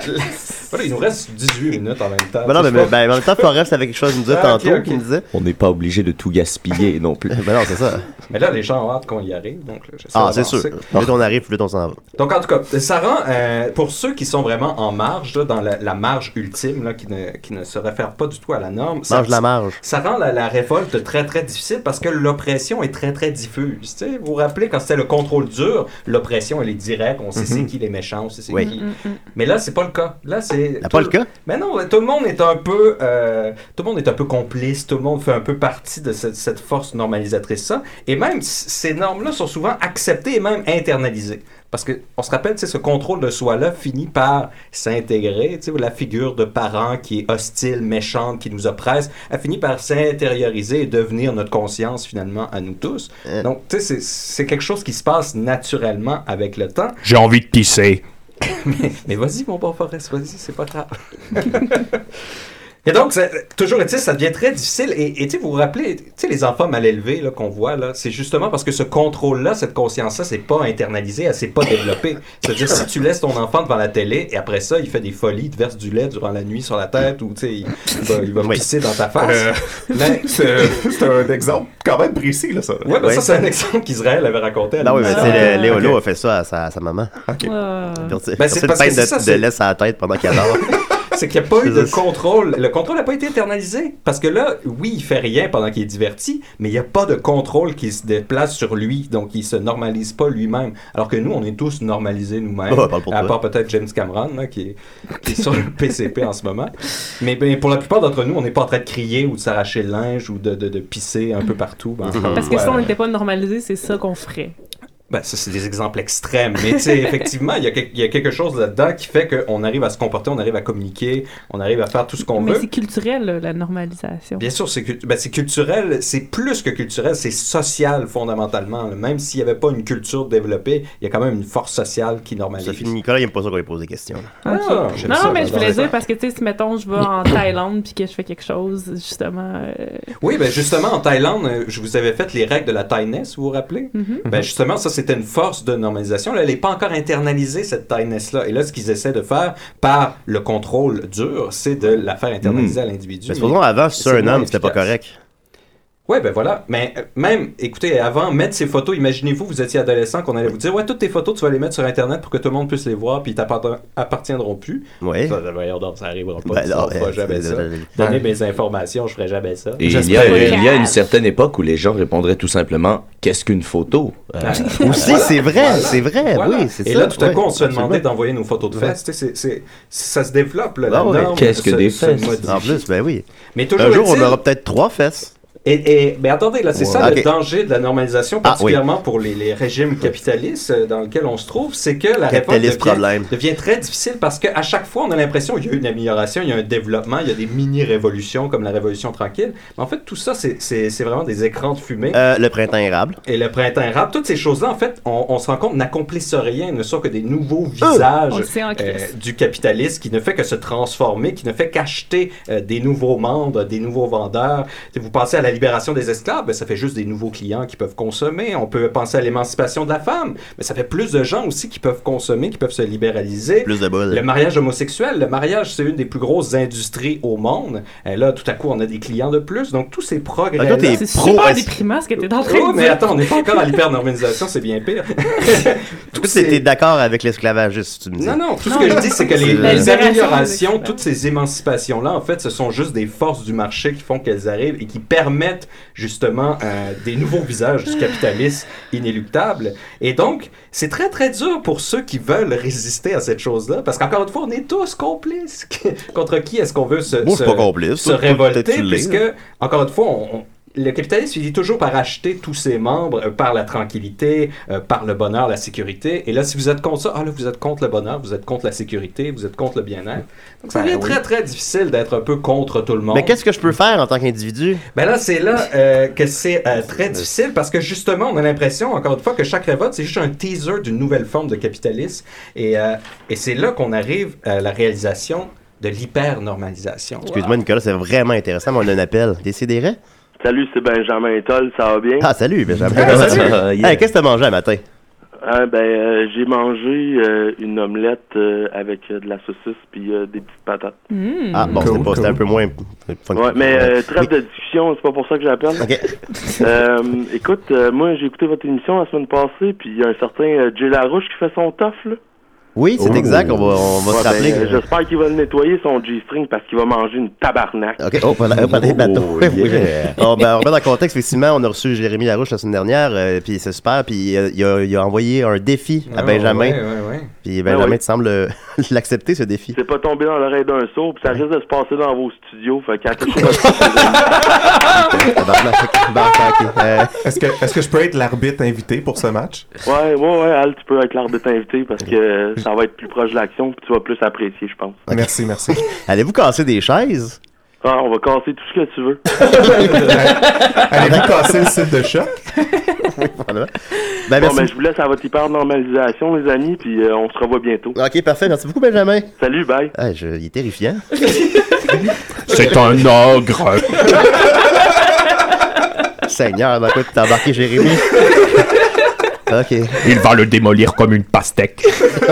Speaker 8: Voilà, il nous reste 18 minutes en même temps.
Speaker 2: Ben non, mais,
Speaker 8: Tu sais, je
Speaker 2: ben,
Speaker 8: pense-
Speaker 2: ben, en même temps, Forest avait quelque chose à nous dire
Speaker 8: Ah, ok,
Speaker 2: tantôt,
Speaker 8: ok.
Speaker 2: qui nous disait.
Speaker 4: On n'est pas obligé de tout gaspiller non plus.
Speaker 2: Ben non, c'est ça.
Speaker 8: Mais là, les gens ont hâte qu'on y arrive, donc là, j'essaie
Speaker 2: Ah, c'est
Speaker 8: d'avancer.
Speaker 2: sûr. Plus on arrive, plus on s'en va.
Speaker 8: Donc, en tout cas, ça rend, euh, pour ceux qui sont vraiment en marge, là, dans la, la marge ultime, là, qui, ne, qui ne se réfère pas du tout à la norme, ça,
Speaker 2: Mange la marge.
Speaker 8: ça rend la, la révolte très, très difficile parce que l'oppression est très, très diffuse. Tu sais, vous vous rappelez, quand c'était le contrôle dur, l'oppression, elle est directe, on sait
Speaker 2: Mhm.
Speaker 8: c'est qui les méchants, on sait c'est
Speaker 2: Oui.
Speaker 8: qui...
Speaker 2: Mm,
Speaker 8: Mais là, c'est pas le cas. Là, c'est...
Speaker 2: pas le cas?
Speaker 8: Mais non, tout le monde est un peu... euh, tout le monde est un peu complice, tout le monde fait un peu partie de cette, cette force normalisatrice-là. Et même, c- ces normes-là sont souvent acceptées et même internalisées. Parce que on se rappelle, tu sais, ce contrôle de soi-là finit par s'intégrer. Tu sais, la figure de parent qui est hostile, méchante, qui nous oppresse, elle finit par s'intérioriser et devenir notre conscience finalement à nous tous.
Speaker 2: Euh.
Speaker 8: Donc, tu sais, c'est- c'est quelque chose qui se passe naturellement avec le temps.
Speaker 6: J'ai envie de pisser.
Speaker 8: Mais, [LAUGHS] mais vas-y, mon bon Forest, vas-y, c'est pas grave. [LAUGHS] et donc, ça- toujours est-il, ça devient très difficile. Et et tu sais, vous vous rappelez, tu sais, les enfants mal élevés là, qu'on voit, là, c'est justement parce que ce contrôle-là, cette conscience-là, c'est pas internalisé, elle s'est pas développée. C'est-à-dire, si tu laisses ton enfant devant la télé et après ça, il fait des folies, il te verse du lait durant la nuit sur la tête ou tu sais, il, il va, il va pisser dans ta face.
Speaker 5: Euh,
Speaker 8: Mais-
Speaker 5: Ben, C'est c'est un exemple quand même précis, là, ça.
Speaker 8: Ouais, ben ça, c'est un exemple qu'Israël avait raconté. à
Speaker 2: Non, Ben oui, mais
Speaker 8: l'émission.
Speaker 2: c'est
Speaker 8: Ah,
Speaker 2: le- Léolo
Speaker 8: ok.
Speaker 2: a fait ça à sa, à sa maman.
Speaker 8: Ok. Ah.
Speaker 2: Personne
Speaker 8: Ben,
Speaker 2: personne
Speaker 8: c'est parce que
Speaker 2: peine
Speaker 8: c'est
Speaker 2: de,
Speaker 8: ça,
Speaker 2: de
Speaker 8: c'est-
Speaker 2: laisse à la tête pendant qu'elle
Speaker 8: [LAUGHS]
Speaker 2: dort. Ben,
Speaker 8: c'est qu'il n'y a pas eu de contrôle. Le contrôle n'a pas été internalisé. Parce que là, oui, il fait rien pendant qu'il est diverti, mais il n'y a pas de contrôle qui se déplace sur lui. Donc, il se normalise pas lui-même. Alors que nous, on est tous normalisés nous-mêmes.
Speaker 2: Oh, parle pour
Speaker 8: à
Speaker 2: toi.
Speaker 8: part peut-être James Cameron, là, qui, est, qui est sur le [LAUGHS] PCP en ce moment. Mais ben, pour la plupart d'entre nous, on n'est pas en train de crier ou de s'arracher le linge ou de, de- de pisser un peu partout. Ben,
Speaker 3: Parce que
Speaker 8: ouais.
Speaker 3: si on n'était pas normalisé, c'est ça qu'on ferait.
Speaker 8: Ben, ça, c'est des exemples extrêmes, mais tu sais, effectivement, il y, a quel- il y a quelque chose là-dedans qui fait qu'on arrive à se comporter, on arrive à communiquer, on arrive à faire tout ce qu'on
Speaker 3: Mais
Speaker 8: veut.
Speaker 3: c'est culturel, là, la normalisation.
Speaker 8: Bien sûr, c'est cul- ben, c'est culturel, c'est plus que culturel, c'est social fondamentalement. là. Même s'il n'y avait pas une culture développée, il y a quand même une force sociale qui normalise. Ah, Sophie
Speaker 2: Nicolas, il n'aime pas ça qu'on lui pose des questions.
Speaker 3: Ah, Ok. non, non, mais je voulais dire parce que, tu sais, si mettons, je vais en Thaïlande puis que je fais quelque chose, justement. euh,
Speaker 8: Oui, ben justement, en Thaïlande, euh, je vous avais fait les règles de la Thaïness, vous vous rappelez?
Speaker 3: Mhm.
Speaker 2: Mm-hmm.
Speaker 8: Ben justement, ça, c'était une force de normalisation. Là, elle n'est pas encore internalisée, cette Thaïness-là. Et là, ce qu'ils essaient de faire par le contrôle dur, c'est de la faire internaliser à l'individu.
Speaker 2: Mais Mm. Ben, supposons, avant, si c'est un homme, c'était pas correct.
Speaker 8: Oui, ben voilà. Mais euh, même, écoutez, avant, mettre ces photos, imaginez-vous, vous étiez adolescent, qu'on allait vous dire, ouais, toutes tes photos, tu vas les mettre sur Internet pour que tout le monde puisse les voir, puis ils t'apparten- appartiendront plus.
Speaker 2: Oui.
Speaker 8: Ça, voyons donc, ça arrivera pas.
Speaker 4: Ben
Speaker 8: ça,
Speaker 4: non,
Speaker 8: on fera
Speaker 4: ben,
Speaker 8: jamais
Speaker 4: c'est-
Speaker 8: ça.
Speaker 4: c'est-
Speaker 8: Donner mes informations, je ferai jamais ça.
Speaker 4: Et il, y a, il y a une certaine époque où les gens répondraient tout simplement Qu'est-ce qu'une photo Euh,
Speaker 2: Aussi, c'est vrai, c'est vrai,
Speaker 8: Ah. Voilà.
Speaker 2: oui, c'est ça.
Speaker 8: Et là, tout à coup,
Speaker 2: ouais,
Speaker 8: on se fait demander
Speaker 2: absolument.
Speaker 8: d'envoyer nos photos de
Speaker 2: Ouais.
Speaker 8: fesses. Tu sais, c'est- c'est- ça se développe, là.
Speaker 2: Ah
Speaker 8: la
Speaker 2: ouais,
Speaker 8: norme
Speaker 2: qu'est-ce que
Speaker 8: se-
Speaker 2: des
Speaker 8: se
Speaker 2: fesses?
Speaker 8: modifie.
Speaker 2: En plus, ben oui.
Speaker 8: Mais toujours
Speaker 2: Un jour,
Speaker 8: est-il-
Speaker 2: on aura peut-être trois fesses.
Speaker 8: Et, et- mais attendez, là, c'est
Speaker 2: Ouais.
Speaker 8: ça
Speaker 2: Ok.
Speaker 8: le danger de la normalisation,
Speaker 2: Ah, oui.
Speaker 8: particulièrement pour les, les régimes capitalistes euh, dans lesquels on se trouve, c'est que la réponse
Speaker 2: Capitaliste
Speaker 8: devient,
Speaker 2: problème.
Speaker 8: devient très difficile parce qu'à chaque fois, on a l'impression qu'il y a une amélioration, il y a un développement, il y a des mini-révolutions comme la révolution tranquille. Mais en fait, tout ça, c'est- c'est c'est vraiment des écrans de fumée.
Speaker 2: Euh, le printemps érable.
Speaker 8: Et le printemps érable, toutes ces choses-là, en fait, on, on se rend compte, n'accomplissent rien, ne sont que des nouveaux visages euh,
Speaker 3: On le sait en crise.
Speaker 8: du capitalisme qui ne fait que se transformer, qui ne fait qu'acheter euh, des nouveaux membres, des nouveaux vendeurs. Si vous pensez à la libération des esclaves, ben, ça fait juste des nouveaux clients qui peuvent consommer. On peut penser à l'émancipation de la femme, mais ça fait plus de gens aussi qui peuvent consommer, qui peuvent se libéraliser.
Speaker 2: Plus de bol.
Speaker 8: Le mariage homosexuel, le mariage, c'est une des plus grosses industries au monde. Et là, tout à coup, on a des clients de plus. Donc, tous ces progrès.
Speaker 2: Ah, toi, t'es
Speaker 3: C'est super déprimant ce que t'es en train
Speaker 8: Oh,
Speaker 3: de
Speaker 8: mais
Speaker 3: dire.
Speaker 8: attends, on n'est pas encore à l'hyper-normalisation, c'est bien
Speaker 2: [LAUGHS]
Speaker 8: pire.
Speaker 2: Tout que t'es d'accord avec l'esclavagiste, tu me dis.
Speaker 8: Non, non, tout ce que je dis,
Speaker 2: [LAUGHS]
Speaker 8: c'est que les,
Speaker 2: euh,
Speaker 8: les améliorations, toutes ces émancipations-là, en fait, ce sont juste des forces du marché qui font qu'elles arrivent et qui permettent justement euh, des nouveaux visages du capitalisme inéluctable. Et donc, c'est très, très dur pour ceux qui veulent résister à cette chose-là, parce qu'encore une fois, on est tous complices. [LAUGHS] Contre qui est-ce qu'on veut se,
Speaker 2: Moi, je suis
Speaker 8: se-
Speaker 2: pas complice.
Speaker 8: se
Speaker 2: Toi, toi, peut-être
Speaker 8: révolter,
Speaker 2: tu l'es,
Speaker 8: puisque
Speaker 2: là.
Speaker 8: encore une fois, on- on- le capitalisme finit toujours par acheter tous ses membres euh, par la tranquillité, euh, par le bonheur, la sécurité. Et là, si vous êtes contre ça, ah là, vous êtes contre le bonheur, vous êtes contre la sécurité, vous êtes contre le bien-être. Donc, ça
Speaker 2: Ben
Speaker 8: devient
Speaker 2: oui.
Speaker 8: très, très difficile d'être un peu contre tout le monde.
Speaker 2: Mais qu'est-ce que je peux faire en tant qu'individu?
Speaker 8: Ben là, c'est là euh, que c'est euh, très difficile parce que justement, on a l'impression, encore une fois, que chaque révolte, c'est juste un teaser d'une nouvelle forme de capitalisme. Et, euh, et c'est là qu'on arrive à la réalisation de l'hyper-normalisation.
Speaker 2: Excuse-moi, Nicolas, c'est vraiment intéressant, mais on a un appel. Décidérez?
Speaker 11: Salut, c'est Benjamin Toll, ça va bien?
Speaker 2: Ah, salut,
Speaker 8: [LAUGHS]
Speaker 2: Benjamin. [LAUGHS]
Speaker 11: Ah, salut.
Speaker 2: Hey, qu'est-ce que t'as mangé un matin?
Speaker 11: Ah, ben, euh, j'ai mangé euh, une omelette euh, avec euh, de la saucisse puis euh, des petites patates.
Speaker 2: Ah, bon, c'était pas- c'était un peu moins. funky.
Speaker 11: Ouais, mais euh, trêve de discussion, c'est pas pour ça que j'appelle. [LAUGHS] Euh, écoute, euh, moi, j'ai écouté votre émission la semaine passée, puis il y a un certain euh, Jay Larouche qui fait son tof, là.
Speaker 2: Oui, c'est exact, on va, on va
Speaker 11: Oh. Ouais,
Speaker 2: se rappeler.
Speaker 11: ben, euh,
Speaker 2: que-
Speaker 11: J'espère qu'il va le nettoyer son G-string parce qu'il va manger une tabarnak.
Speaker 2: OK, oh, pas oh, pas des bateaux.
Speaker 11: yeah.
Speaker 2: [LAUGHS] Oui, oui. On, ben, on remet dans le contexte, effectivement, on a reçu Jérémy Larouche la semaine dernière, euh, puis c'est super, puis euh, il, a, il a envoyé un défi à
Speaker 11: Ah,
Speaker 2: Benjamin.
Speaker 11: ouais, ouais, ouais.
Speaker 2: Puis Benjamin,
Speaker 11: Ah, oui.
Speaker 2: il semble euh, [LAUGHS] l'accepter, ce défi.
Speaker 11: C'est pas tombé dans l'oreille d'un sourd, puis ça risque de se passer dans vos studios. Fait qu'accrochez
Speaker 5: Est-ce que, est-ce que je peux être l'arbitre invité pour ce match?
Speaker 11: Ouais, ouais, ouais, Al, tu peux être l'arbitre invité parce que euh, ça va être plus proche de l'action puis tu vas plus apprécier, je pense.
Speaker 5: Merci, merci.
Speaker 2: [LAUGHS] Allez-vous casser des chaises?
Speaker 11: Ah, on va casser tout ce que tu veux.
Speaker 5: Allez-vous casser Ah, le site de choc?
Speaker 2: Ben,
Speaker 11: bon,
Speaker 2: merci.
Speaker 11: ben, je vous laisse à votre hyper normalisation, les amis, puis euh, on se revoit bientôt.
Speaker 2: OK, parfait. Merci beaucoup, Benjamin.
Speaker 11: Salut, bye.
Speaker 2: [LAUGHS] Ah, je- il est terrifiant.
Speaker 6: C'est un ogre.
Speaker 2: [LAUGHS] Seigneur, dans quoi tu t'es embarqué, Jérémy? OK.
Speaker 6: Il va le démolir comme une pastèque.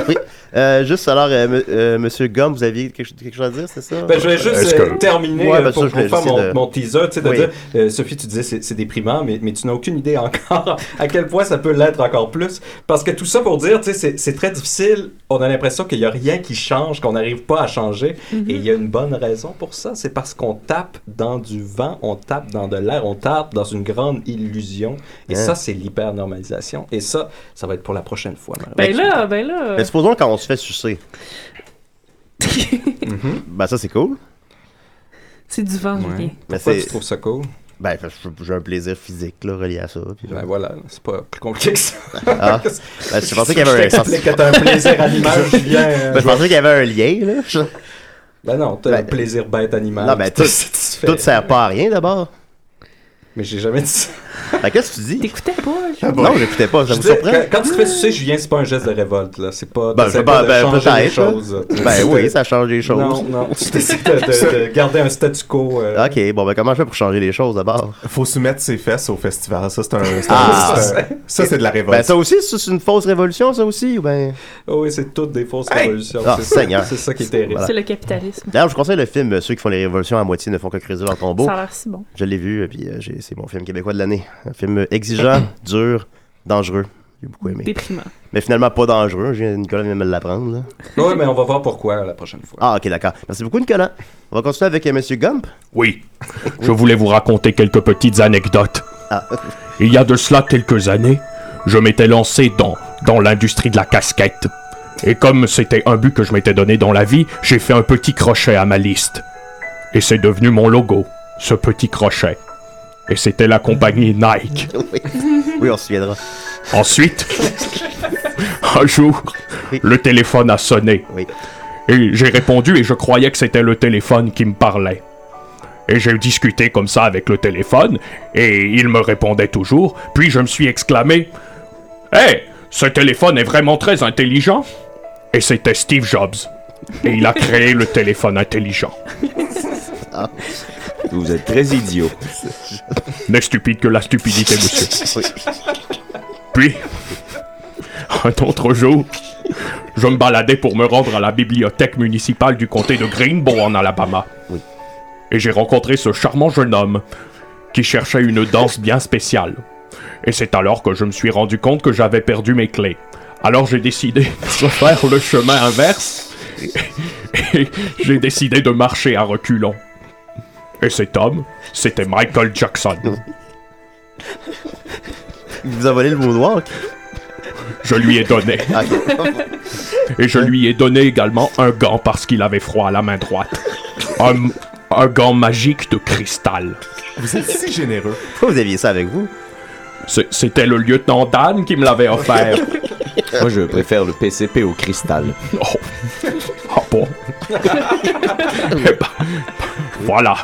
Speaker 2: oui. Euh, juste alors, euh, m- euh, Monsieur Gomme, vous aviez quelque, quelque chose à dire, c'est ça?
Speaker 8: Ben, je vais juste
Speaker 2: Est-ce
Speaker 8: euh,
Speaker 2: que-
Speaker 8: terminer
Speaker 2: Ouais,
Speaker 8: euh,
Speaker 2: ben,
Speaker 8: pour,
Speaker 2: ça, je
Speaker 8: pour
Speaker 2: voulais
Speaker 8: faire
Speaker 2: essayer
Speaker 8: mon,
Speaker 2: de-
Speaker 8: mon teaser, tu sais, de
Speaker 2: Oui.
Speaker 8: dire, euh, Sophie, tu disais c'est c'est déprimant, mais, mais tu n'as aucune idée encore [LAUGHS] à quel point ça peut l'être encore plus. Parce que tout ça pour dire, tu sais, c'est- c'est très difficile. On a l'impression qu'il n'y a rien qui change, qu'on n'arrive pas à changer.
Speaker 3: Mm-hmm.
Speaker 8: Et il y a une bonne raison pour ça. C'est parce qu'on tape dans du vent, on tape dans de l'air, on tape dans une grande illusion. Et
Speaker 2: Hein.
Speaker 8: ça, c'est l'hyper-normalisation. Et ça, ça va être pour la prochaine fois.
Speaker 3: [LAUGHS] Ben
Speaker 8: malheureusement.
Speaker 3: là, ben là.
Speaker 2: Mais supposons quand on se fait sucer. Ben ça c'est cool.
Speaker 8: [LAUGHS] Mhm.
Speaker 2: Ben,
Speaker 3: C'est du vent,
Speaker 8: Ouais.
Speaker 3: Julien. Ah,
Speaker 8: Pourquoi tu trouves ça cool?
Speaker 2: Ben, je- j'ai un plaisir physique là, relié à ça. Puis,
Speaker 8: Ben voilà, c'est pas plus compliqué que ça.
Speaker 2: Ah.
Speaker 8: [LAUGHS]
Speaker 2: Ben, je pensais qu'il y avait un
Speaker 8: Je t'explique que t'as un
Speaker 2: [LAUGHS]
Speaker 8: plaisir animal, Julien. euh.
Speaker 2: Ben, je pensais qu'il y avait un lien, là. Je-
Speaker 8: Ben non, t'as un plaisir bête animal.
Speaker 2: Non, ben,
Speaker 8: T'es
Speaker 2: tout,
Speaker 8: satisfait.
Speaker 2: tout sert pas à rien d'abord.
Speaker 8: Mais j'ai jamais dit ça.
Speaker 2: Ben, qu'est-ce que tu dis?
Speaker 3: T'écoutais pas,
Speaker 2: Ah, bon. Non, j'écoutais pas, ça
Speaker 8: Je
Speaker 2: vous
Speaker 8: veux dire,
Speaker 2: surprend?
Speaker 8: Quand, quand tu te fais sucer, Julien, c'est pas un geste de révolte, là. C'est pas.
Speaker 2: Ben,
Speaker 8: t'essaies
Speaker 2: ben,
Speaker 8: pas de
Speaker 2: ben,
Speaker 8: changer les
Speaker 2: peut-être, là.
Speaker 8: choses.
Speaker 2: Ben oui, ça change les choses.
Speaker 8: Non, non. Tu décides
Speaker 2: [LAUGHS]
Speaker 8: de, de- de garder un statu quo. euh,
Speaker 2: Ok, bon, ben comment je fais pour changer les choses d'abord?
Speaker 5: Faut soumettre ses fesses au festival. Ça, c'est un. c'est un-
Speaker 2: Ah.
Speaker 5: c'est un- [LAUGHS] ça, c'est de la révolte.
Speaker 2: Ben, ça aussi, ça, c'est une fausse révolution, ça aussi? Ou ben...
Speaker 8: Ah oui, c'est toutes des fausses
Speaker 2: Hey!
Speaker 8: révolutions.
Speaker 2: Ah,
Speaker 8: c'est ça-
Speaker 2: Seigneur.
Speaker 8: C'est ça qui est terrible.
Speaker 2: Voilà.
Speaker 3: C'est le capitalisme.
Speaker 2: D'ailleurs, je vous conseille le film euh, Ceux qui font les révolutions à moitié ne font que creuser leur tombeau.
Speaker 3: Ça a l'air si bon.
Speaker 2: Je l'ai vu, et puis euh, j'ai- c'est mon film québécois de l'année. Un film euh,
Speaker 3: [CLEARS THROAT]
Speaker 2: exigeant, dur, dangereux. J'ai beaucoup aimé.
Speaker 3: Déprimant.
Speaker 2: Mais finalement, pas dangereux. J'ai- Nicolas vient me l'apprendre. là.
Speaker 8: Oui, mais on va voir pourquoi la prochaine fois.
Speaker 2: Ah, ok, d'accord. Merci beaucoup, Nicolas. On va continuer avec euh, Monsieur Gump.
Speaker 6: Oui,
Speaker 2: [LAUGHS]
Speaker 6: je voulais vous raconter quelques petites anecdotes.
Speaker 2: Ah.
Speaker 6: Il y a de cela quelques années, je m'étais lancé dans, dans l'industrie de la casquette. Et comme c'était un but que je m'étais donné dans la vie, j'ai fait un petit crochet à ma liste. Et c'est devenu mon logo, ce petit crochet. Et c'était la compagnie Nike.
Speaker 2: [LAUGHS] Oui, on se souviendra.
Speaker 6: Ensuite, un jour, le téléphone a sonné. Et j'ai répondu et je croyais que c'était le téléphone qui me parlait. Et j'ai discuté comme ça avec le téléphone et il me répondait toujours. Puis je me suis exclamé Hé, ce téléphone est vraiment très intelligent. Et c'était Steve Jobs. Et il a créé le téléphone intelligent.
Speaker 4: [LAUGHS] Vous êtes très idiot.
Speaker 6: N'est stupide que la stupidité, monsieur. Puis, un autre jour, je me baladais pour me rendre à la bibliothèque municipale du comté de Greenbow en Alabama. Et j'ai rencontré ce charmant jeune homme qui cherchait une danse bien spéciale. Et c'est alors que je me suis rendu compte que j'avais perdu mes clés. Alors j'ai décidé de [LAUGHS] refaire le chemin inverse. Et j'ai décidé de marcher à reculons. Et cet homme, c'était Michael Jackson.
Speaker 2: Il vous a volé le Ah, moonwalk
Speaker 6: Je lui ai donné. Et
Speaker 5: Hein?
Speaker 6: je lui ai donné également un gant parce qu'il avait froid à la main
Speaker 5: [LAUGHS]
Speaker 6: droite. Un, un gant magique de cristal.
Speaker 5: Vous êtes si généreux.
Speaker 2: Pourquoi vous aviez ça avec vous
Speaker 6: C'est- C'était le lieutenant Dan qui me l'avait offert.
Speaker 4: Moi, je préfère le PCP au cristal.
Speaker 6: Oh. Ah bon? Eh ben, voilà.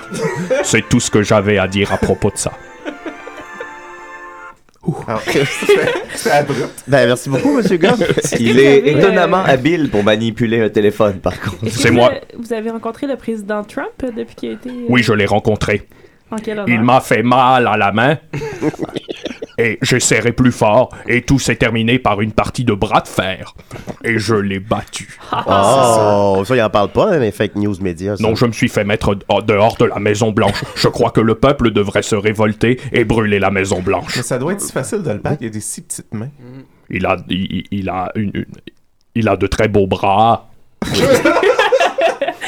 Speaker 6: C'est tout ce que j'avais à dire à propos de ça.
Speaker 5: Ah, C'est abrupt.
Speaker 2: Ben, merci beaucoup, monsieur Gump.
Speaker 4: [LAUGHS] Il est étonnamment habile pour manipuler un téléphone, par contre.
Speaker 3: Est-ce que vous avez- Vous avez rencontré le président Trump euh, depuis qu'il a été. euh,
Speaker 6: Oui, je l'ai rencontré.
Speaker 3: En quelle
Speaker 6: Il
Speaker 3: honneur?
Speaker 6: m'a fait mal à la main. Et j'ai serré plus fort, et tout s'est terminé par une partie de bras de fer. Et je l'ai battu.
Speaker 2: Ah,
Speaker 8: Ah,
Speaker 2: Oh, ça, il en parle pas, hein, les fake news médias. ça.
Speaker 6: Non, je me suis fait mettre d- dehors de la Maison Blanche. Je crois que le peuple devrait se révolter et brûler la Maison Blanche.
Speaker 5: Mais ça doit être si facile de le battre. Il y a des si petites mains.
Speaker 8: Mm-hmm.
Speaker 6: Il a, il, il a, une- une- il a de très beaux bras.
Speaker 2: Il y a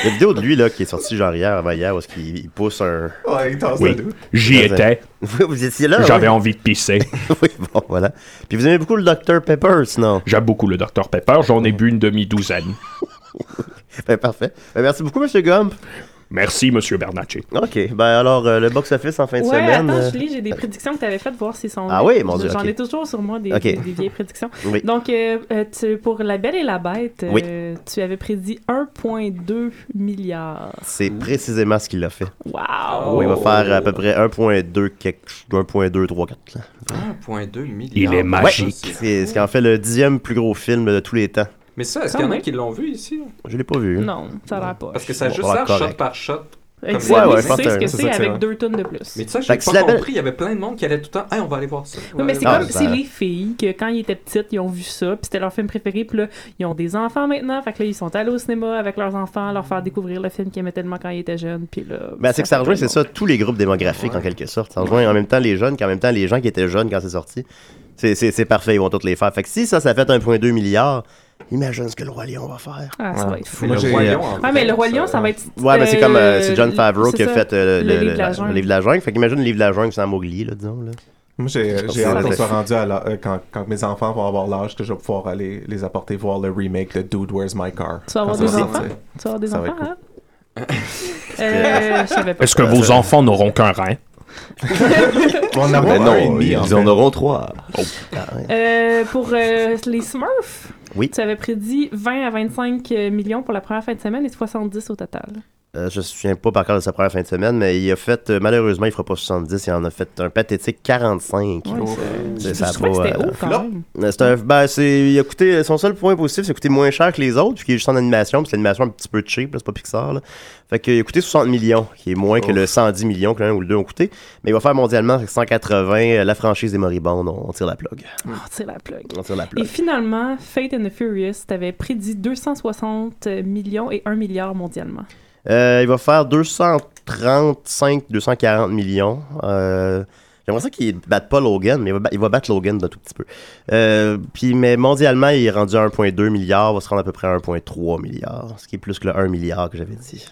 Speaker 2: une vidéo de lui, là, qui est sortie genre hier, avant-hier, où est-ce qu'il il pousse un...
Speaker 5: Ouais, il tasse
Speaker 6: Oui.
Speaker 5: le dos.
Speaker 6: J'y
Speaker 2: Dans un-
Speaker 6: étais.
Speaker 2: Oui, [LAUGHS] vous étiez là,
Speaker 6: J'avais
Speaker 2: ouais.
Speaker 6: envie de pisser.
Speaker 2: [LAUGHS] oui, bon, voilà. Puis vous aimez beaucoup le Dr Pepper, sinon?
Speaker 6: J'aime beaucoup le Dr Pepper. J'en ai bu une demi-douzaine.
Speaker 2: [LAUGHS] Ben, parfait. Ben, merci beaucoup, monsieur Gump.
Speaker 6: Merci, monsieur Bernacci.
Speaker 2: OK. Ben, alors, euh, le box-office en fin de
Speaker 3: ouais,
Speaker 2: semaine...
Speaker 3: attends,
Speaker 2: euh,
Speaker 3: Julie, j'ai des prédictions que tu avais faites, voir si sont.
Speaker 2: Ah
Speaker 3: vraies.
Speaker 2: oui, mon Dieu,
Speaker 3: J'en
Speaker 2: ok.
Speaker 3: ai toujours sur moi des,
Speaker 2: Ok.
Speaker 3: des- des vieilles prédictions.
Speaker 2: Oui.
Speaker 3: Donc, euh, euh, tu- pour La Belle et la Bête, euh,
Speaker 2: Oui.
Speaker 3: tu avais prédit 1,2 milliard.
Speaker 2: C'est précisément ce qu'il a fait.
Speaker 3: Wow!
Speaker 2: Oui, il va faire à peu près 1.2, quelque... 1.2, 3, 4. là.
Speaker 8: 1,2 milliard.
Speaker 2: Ouais, C'est ce qui en fait le dixième plus gros film de tous les temps.
Speaker 8: Mais ça, est-ce
Speaker 3: Quand
Speaker 8: qu'il y en a
Speaker 3: même.
Speaker 8: qui l'ont vu ici? là?
Speaker 2: Je l'ai pas vu.
Speaker 3: Non, ça a l'air pas.
Speaker 8: Parce que ça a
Speaker 2: Bon,
Speaker 8: juste
Speaker 2: ouais,
Speaker 8: l'air shot
Speaker 2: correct.
Speaker 8: par shot.
Speaker 3: Exact.
Speaker 8: Comme
Speaker 3: Ouais,
Speaker 8: ça,
Speaker 3: ouais,
Speaker 8: mais
Speaker 3: je pense
Speaker 8: c'est
Speaker 3: que
Speaker 8: ce que
Speaker 3: c'est
Speaker 8: c'est,
Speaker 3: avec
Speaker 8: hein.
Speaker 3: deux tonnes de plus.
Speaker 8: Mais ça, j'ai
Speaker 2: Fait que
Speaker 8: pas
Speaker 2: si la belle-
Speaker 8: compris. Il y avait plein de monde qui allait tout le temps. Hey, on va aller voir ça.
Speaker 3: Oui, mais c'est
Speaker 2: Ah,
Speaker 3: comme
Speaker 2: ça-
Speaker 3: c'est les filles que quand ils étaient petites, ils ont vu ça, puis c'était leur film préféré, puis là, ils ont des enfants maintenant, fait que là, ils sont allés au cinéma avec leurs enfants, leur faire découvrir le film qu'ils aimaient tellement quand ils étaient jeunes, puis là.
Speaker 2: Ben, c'est que ça
Speaker 3: fait
Speaker 2: rejoint,
Speaker 3: plein
Speaker 2: c'est
Speaker 3: de
Speaker 2: ça, tous les groupes démographiques, en quelque sorte. Ça rejoint en même temps les jeunes, qu'en même temps les gens qui étaient jeunes quand c'est sorti. C'est- C'est c'est parfait, ils vont tous les faire. Fait que si ça, ça fait 1,2 milliard, imagine ce que le Roi Lion va faire.
Speaker 3: Ah, ça va être fou.
Speaker 2: Moi,
Speaker 3: Le
Speaker 2: j'ai- euh,
Speaker 3: Roi Lion, Ah, mais le Roi Lion, ça va être.
Speaker 2: Ouais, mais c'est comme euh, c'est John
Speaker 3: euh,
Speaker 2: Favreau
Speaker 3: c'est
Speaker 2: qui a
Speaker 3: ça,
Speaker 2: fait euh, le, le-
Speaker 3: livre de la
Speaker 2: le-
Speaker 3: jungle.
Speaker 2: le livre de la jungle. Fait qu'imagine le livre de la jungle sans Mowgli, là, disons. Là.
Speaker 5: Moi,
Speaker 2: Je
Speaker 5: j'ai
Speaker 2: pense
Speaker 5: j'ai
Speaker 2: que ça
Speaker 5: hâte
Speaker 2: va
Speaker 5: qu'on
Speaker 2: être-
Speaker 5: soit rendu à la- euh, quand, quand mes enfants vont avoir l'âge que je vais pouvoir aller les apporter voir le remake de Dude Where's My Car.
Speaker 3: Tu vas avoir
Speaker 5: Quand
Speaker 3: des
Speaker 5: ça va
Speaker 3: enfants?
Speaker 5: sortir.
Speaker 3: Tu vas avoir des
Speaker 5: Ça va
Speaker 3: enfants,
Speaker 5: [LAUGHS] être
Speaker 3: hein? Euh, je savais pas.
Speaker 6: Est-ce que vos enfants n'auront qu'un rein?
Speaker 3: hein?
Speaker 5: [LAUGHS] On en aura
Speaker 4: Ben
Speaker 5: un et
Speaker 4: non,
Speaker 5: demi,
Speaker 4: ils
Speaker 5: en
Speaker 4: ils
Speaker 5: fait.
Speaker 4: en auront trois.
Speaker 6: Oh.
Speaker 2: Ah,
Speaker 3: Euh, pour euh, les Smurfs,
Speaker 2: Oui.
Speaker 3: tu avais prédit 20 à 25 millions pour la première fin de semaine et 70 au total.
Speaker 2: Euh, je ne me souviens pas par cœur de sa première fin de semaine, mais il a fait, euh, malheureusement, il ne fera pas 70, il en a fait un pathétique 45.
Speaker 3: Ouais, c'est-
Speaker 2: C'est-
Speaker 3: je
Speaker 2: ça a
Speaker 3: trouvais que
Speaker 2: pas,
Speaker 3: c'était
Speaker 2: euh,
Speaker 3: haut, quand
Speaker 2: flop.
Speaker 3: même.
Speaker 2: Euh, c'est un- ben, c'est- il a coûté, son seul point positif, c'est coûté moins cher que les autres, puis qu'il est juste en animation, puis c'est l'animation un petit peu cheap, là, c'est pas Pixar. Là. Fait qu'il a coûté 60 millions, qui est moins que le 110 millions que l'un ou le deux ont coûté, mais il va faire mondialement avec 180, euh, la franchise des moribondes, on, on tire la plug.
Speaker 3: Oh, c'est la plug.
Speaker 2: On tire Mm. Ah, la plug.
Speaker 3: Et finalement, Fate and the Furious, t'avais prédit 260 millions et 1 milliard mondialement.
Speaker 2: Euh, il va faire 235, 240 millions. Euh, J'aimerais ça qu'il batte pas Logan, mais il va, ba- il va battre Logan d'un tout petit peu. Euh, puis, mais mondialement, il est rendu à 1,2 milliard, va se rendre à peu près à 1,3 milliard, ce qui est plus que le 1 milliard que j'avais dit.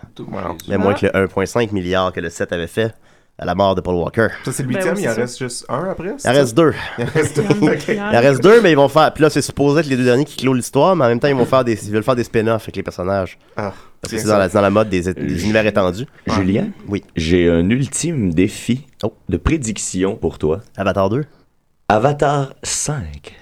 Speaker 2: Mais moins que le 1,5 milliard que le 7 avait fait à la mort de Paul Walker.
Speaker 5: Ça, c'est le
Speaker 2: Ben
Speaker 5: huitième,
Speaker 2: oui,
Speaker 5: il en
Speaker 2: c'est
Speaker 5: reste juste un après
Speaker 2: Il
Speaker 5: c'est
Speaker 2: en
Speaker 5: ça?
Speaker 2: reste deux.
Speaker 5: Il en
Speaker 2: [LAUGHS]
Speaker 5: reste deux. ok.
Speaker 2: Il en reste deux, mais ils vont faire. Puis là, c'est supposé être les deux derniers qui clôt l'histoire, mais en même temps, ils vont faire des. Ils veulent faire des spin-offs avec les personnages.
Speaker 5: Ah,
Speaker 2: Parce que
Speaker 4: tiens
Speaker 2: c'est dans la,
Speaker 4: ça.
Speaker 2: dans la mode des, des univers étendus.
Speaker 4: Julien,
Speaker 2: oui. Oh.
Speaker 4: j'ai un ultime défi de prédiction pour toi.
Speaker 2: Avatar 2?
Speaker 4: Avatar 5.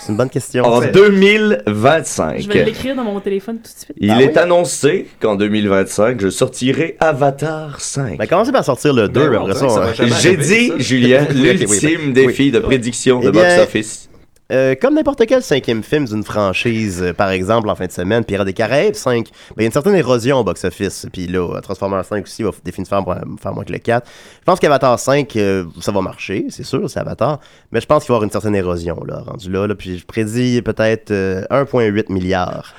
Speaker 2: C'est une bonne question.
Speaker 4: En
Speaker 2: C'est-
Speaker 4: 2025.
Speaker 3: Je vais l'écrire dans mon téléphone tout de suite.
Speaker 4: Il
Speaker 2: Ah
Speaker 4: est annoncé qu'en 2025, je sortirai Avatar 5.
Speaker 2: Mais Ben, commencez par sortir le 2, après ça. hein. on-
Speaker 4: J'ai dit,
Speaker 2: [LAUGHS]
Speaker 4: Julien, l'ultime défi de prédiction de
Speaker 2: Eh bien,
Speaker 4: box-office.
Speaker 2: euh, comme n'importe quel cinquième film d'une franchise, euh, par exemple, en fin de semaine, Pirates des Caraïbes 5, ben, il y a une certaine érosion au box-office. Puis là, euh, Transformers 5 aussi va f- définitivement faire faire moins que le 4. Je pense qu'Avatar 5, euh, ça va marcher, c'est sûr, c'est Avatar. Mais je pense qu'il va y avoir une certaine érosion, là, rendu là. là, puis je prédis peut-être euh, 1,8 milliard.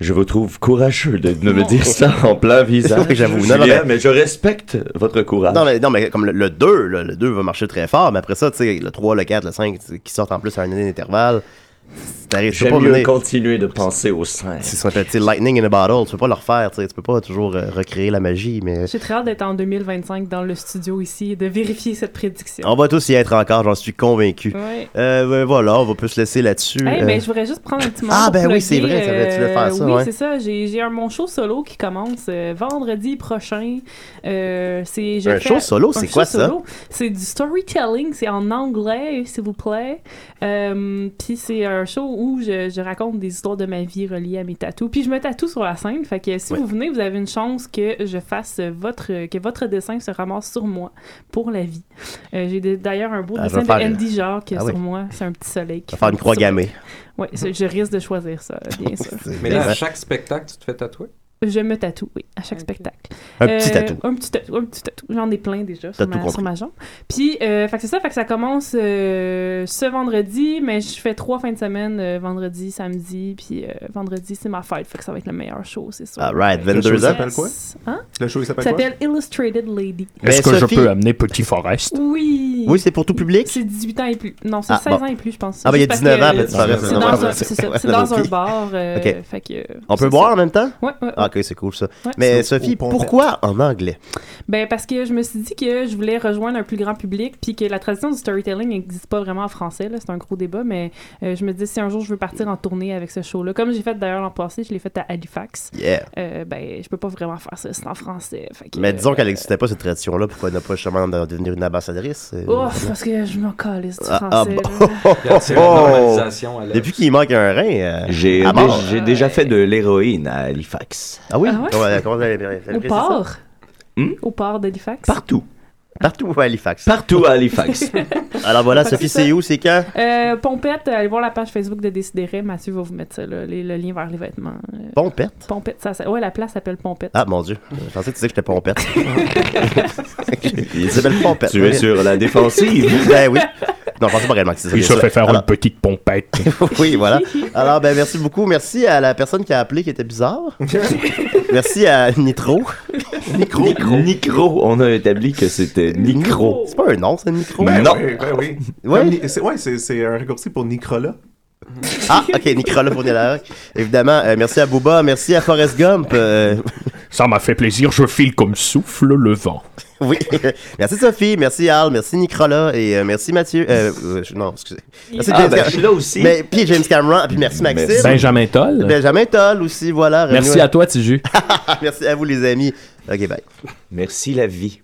Speaker 4: Je vous trouve courageux de ne me dire ça en
Speaker 2: [LAUGHS]
Speaker 4: plein visage.
Speaker 2: Oui, j'avoue. Non, non,
Speaker 4: Julien,
Speaker 2: mais-
Speaker 4: mais je respecte votre courage.
Speaker 2: Non, mais, non, mais comme le, le 2, là, le 2 va marcher très fort, mais après ça, tu sais, le 3, le 4, le 5, tu sais, qui sortent en plus à un année d'intervalle, t'arrives tu peux
Speaker 4: J'aime
Speaker 2: pas
Speaker 4: mieux
Speaker 2: venir-
Speaker 4: continuer de penser au 5.
Speaker 2: C'est ça, tu sais, Lightning in a Bottle, tu peux pas le refaire, tu sais, tu peux pas toujours euh, recréer la magie, mais euh,
Speaker 3: J'ai très hâte d'être en 2025 dans le studio ici et de vérifier cette prédiction.
Speaker 2: on va tous y être encore, j'en suis convaincu.
Speaker 3: Ouais.
Speaker 2: Euh, ben voilà, on va plus se laisser là-dessus.
Speaker 3: Hey,
Speaker 2: euh.
Speaker 3: ben, je voudrais juste prendre un petit moment.
Speaker 2: Ah,
Speaker 3: pour
Speaker 2: ben oui,
Speaker 3: plugger,
Speaker 2: c'est
Speaker 3: euh,
Speaker 2: vrai, ça va- tu voulais faire ça,
Speaker 3: Oui,
Speaker 2: ouais.
Speaker 3: c'est ça. J'ai j'ai un mon show solo qui commence euh, vendredi prochain. Euh, c'est- je
Speaker 2: Un
Speaker 3: fais-
Speaker 2: show solo,
Speaker 3: un
Speaker 2: c'est
Speaker 3: show
Speaker 2: quoi ça?
Speaker 3: solo. C'est du storytelling, c'est en anglais, s'il vous plaît. Euh, Puis c'est un show où je, je raconte des histoires de ma vie reliées à mes tatous. Puis je me tatoue sur la scène. Fait que si
Speaker 2: Ouais.
Speaker 3: vous venez, vous avez une chance que je fasse votre que votre dessin se ramasse sur moi pour la vie. Euh, J'ai d- d'ailleurs un beau
Speaker 2: Elle
Speaker 3: dessin
Speaker 2: va
Speaker 3: de
Speaker 2: Ah, faire-
Speaker 3: Andy Jacques
Speaker 2: Ah
Speaker 3: sur
Speaker 2: oui.
Speaker 3: moi. C'est un petit soleil.
Speaker 2: On va faire une croix gammée.
Speaker 3: Oui, je risque de choisir
Speaker 2: [LAUGHS]
Speaker 3: ça, [LAUGHS] bien sûr.
Speaker 8: Mais là, à chaque spectacle, tu te fais tatouer
Speaker 3: Je me tatoue, oui, à chaque spectacle. Euh,
Speaker 8: Un petit tatou.
Speaker 3: Un petit tatou, un petit tatou. J'en ai plein déjà sur
Speaker 8: Tatou
Speaker 3: ma,
Speaker 8: compris.
Speaker 3: sur ma jambe. Puis, euh, fait que c'est ça, fait que ça commence euh, ce vendredi, mais je fais trois fins de semaine, euh, vendredi, samedi, puis euh, vendredi, c'est ma fête, fait que ça va être le meilleur show, c'est sûr.
Speaker 2: All right,
Speaker 5: Le show,
Speaker 2: 22
Speaker 5: il
Speaker 2: euh, ans.
Speaker 5: s'appelle quoi?
Speaker 3: Hein?
Speaker 5: Le show, il
Speaker 3: Ça
Speaker 5: s'appelle quoi?
Speaker 3: s'appelle Illustrated Lady.
Speaker 2: Ben,
Speaker 6: Est-ce que
Speaker 2: Sophie-
Speaker 6: je peux amener Petit Forest
Speaker 3: Oui.
Speaker 2: Oui, c'est pour tout public?
Speaker 3: C'est 18 ans et plus. Non, c'est
Speaker 2: Ah,
Speaker 3: 16
Speaker 2: bon.
Speaker 3: ans et plus, je pense.
Speaker 2: Ah, ben, il y a
Speaker 3: Juste parce
Speaker 2: 19 ans,
Speaker 3: que
Speaker 2: peut-être, ça reste
Speaker 3: C'est
Speaker 2: un
Speaker 3: dans,
Speaker 2: enfant.
Speaker 3: un- c'est ça, c'est
Speaker 2: Ouais,
Speaker 3: dans un
Speaker 2: ok.
Speaker 3: bar. euh,
Speaker 2: Ok.
Speaker 3: fait que, euh,
Speaker 2: On peut
Speaker 3: c'est
Speaker 2: boire
Speaker 3: ça.
Speaker 2: en même temps?
Speaker 3: Ouais, ouais, ouais.
Speaker 2: Ah, Ok, c'est cool ça.
Speaker 3: Ouais.
Speaker 2: Mais
Speaker 3: C'est au-
Speaker 2: Sophie,
Speaker 3: au pont
Speaker 2: pourquoi en anglais?
Speaker 3: Ben parce que je me suis dit que je voulais rejoindre un plus grand public, puis que la tradition du storytelling n'existe pas vraiment en français. là, C'est un gros débat, mais euh, je me dis si un jour je veux partir en tournée avec ce show-là, comme j'ai fait d'ailleurs l'an passé, je l'ai fait à Halifax.
Speaker 2: Yeah.
Speaker 3: euh, ben je peux pas vraiment faire ça, c'est en français. Fait que,
Speaker 2: Mais disons
Speaker 3: euh,
Speaker 2: qu'elle n'existait pas cette tradition-là, pourquoi n'a pas justement de devenir une ambassadrice? euh,
Speaker 3: Ouf, parce que je m'en calisse du
Speaker 2: Ah, ah,
Speaker 3: français.
Speaker 2: bon. [LAUGHS]
Speaker 3: là.
Speaker 8: c'est la normalisation à l'œuvre.
Speaker 2: Depuis qu'il manque un rein. euh,
Speaker 4: J'ai
Speaker 2: à
Speaker 4: dé-
Speaker 2: mort.
Speaker 4: j'ai déjà fait de l'héroïne à Halifax.
Speaker 2: Ah oui?
Speaker 3: Ah ouais?
Speaker 2: Comment- Comment vous allez- vous allez
Speaker 3: Au
Speaker 2: préciser ça?
Speaker 3: port. Au port d'Halifax.
Speaker 4: Partout.
Speaker 2: Partout à Halifax.
Speaker 4: Partout à
Speaker 3: [LAUGHS]
Speaker 4: Halifax.
Speaker 2: [LAUGHS] Alors voilà,
Speaker 3: Fait que
Speaker 2: Sophie,
Speaker 3: c'est ça.
Speaker 2: c'est où, c'est quand?
Speaker 3: Euh, Pompette, allez voir la page Facebook de Décideret. Mathieu va vous mettre ça, là, les- le lien vers les vêtements. Euh,
Speaker 2: Pompette?
Speaker 3: Pompette, ça, ça- ouais, la place s'appelle Pompette.
Speaker 2: Ah mon dieu, je pensais que tu disais que j'étais pompette.
Speaker 4: [LAUGHS]
Speaker 2: Il s'appelle pompette.
Speaker 4: Tu es sur la défensive.
Speaker 2: [LAUGHS] ben oui. Non, je pensais pas réellement que c'était
Speaker 6: Il se
Speaker 2: ça.
Speaker 6: fait faire
Speaker 2: Alors-
Speaker 6: une petite
Speaker 2: [LAUGHS]
Speaker 6: pompette.
Speaker 2: oui, voilà. Alors, ben merci beaucoup. Merci à la personne qui a appelé qui
Speaker 4: [LAUGHS]
Speaker 2: était bizarre. merci à Nitro. Nicro.
Speaker 4: Nicro, on a établi que c'était Nicro.
Speaker 2: C'est pas un nom, c'est un micro.
Speaker 5: Ben
Speaker 4: non.
Speaker 5: oui, ben oui.
Speaker 2: Ouais.
Speaker 5: Comme ni- c'est- Ouais, c'est c'est un raccourci pour Nicrola.
Speaker 2: Ah, ok, Nicrola pour Nilac. Évidemment, euh, merci à Booba, merci à Forrest Gump. euh,
Speaker 6: Ça m'a fait plaisir, je file comme souffle le vent.
Speaker 2: [LAUGHS] oui, merci Sophie, merci Al, merci Nicrola et euh, merci Mathieu. Euh, euh, je- non, excusez. Merci
Speaker 4: Ah, ben,
Speaker 2: Cam-
Speaker 4: je suis là aussi.
Speaker 2: Mais, puis James Cameron, puis merci Maxime.
Speaker 7: Benjamin Toll.
Speaker 2: Benjamin Toll aussi, voilà. [LAUGHS]
Speaker 7: Merci
Speaker 2: Revenez-
Speaker 7: à toi, Tiju.
Speaker 2: Merci à vous, les amis. Ok, bye.
Speaker 4: Merci la vie.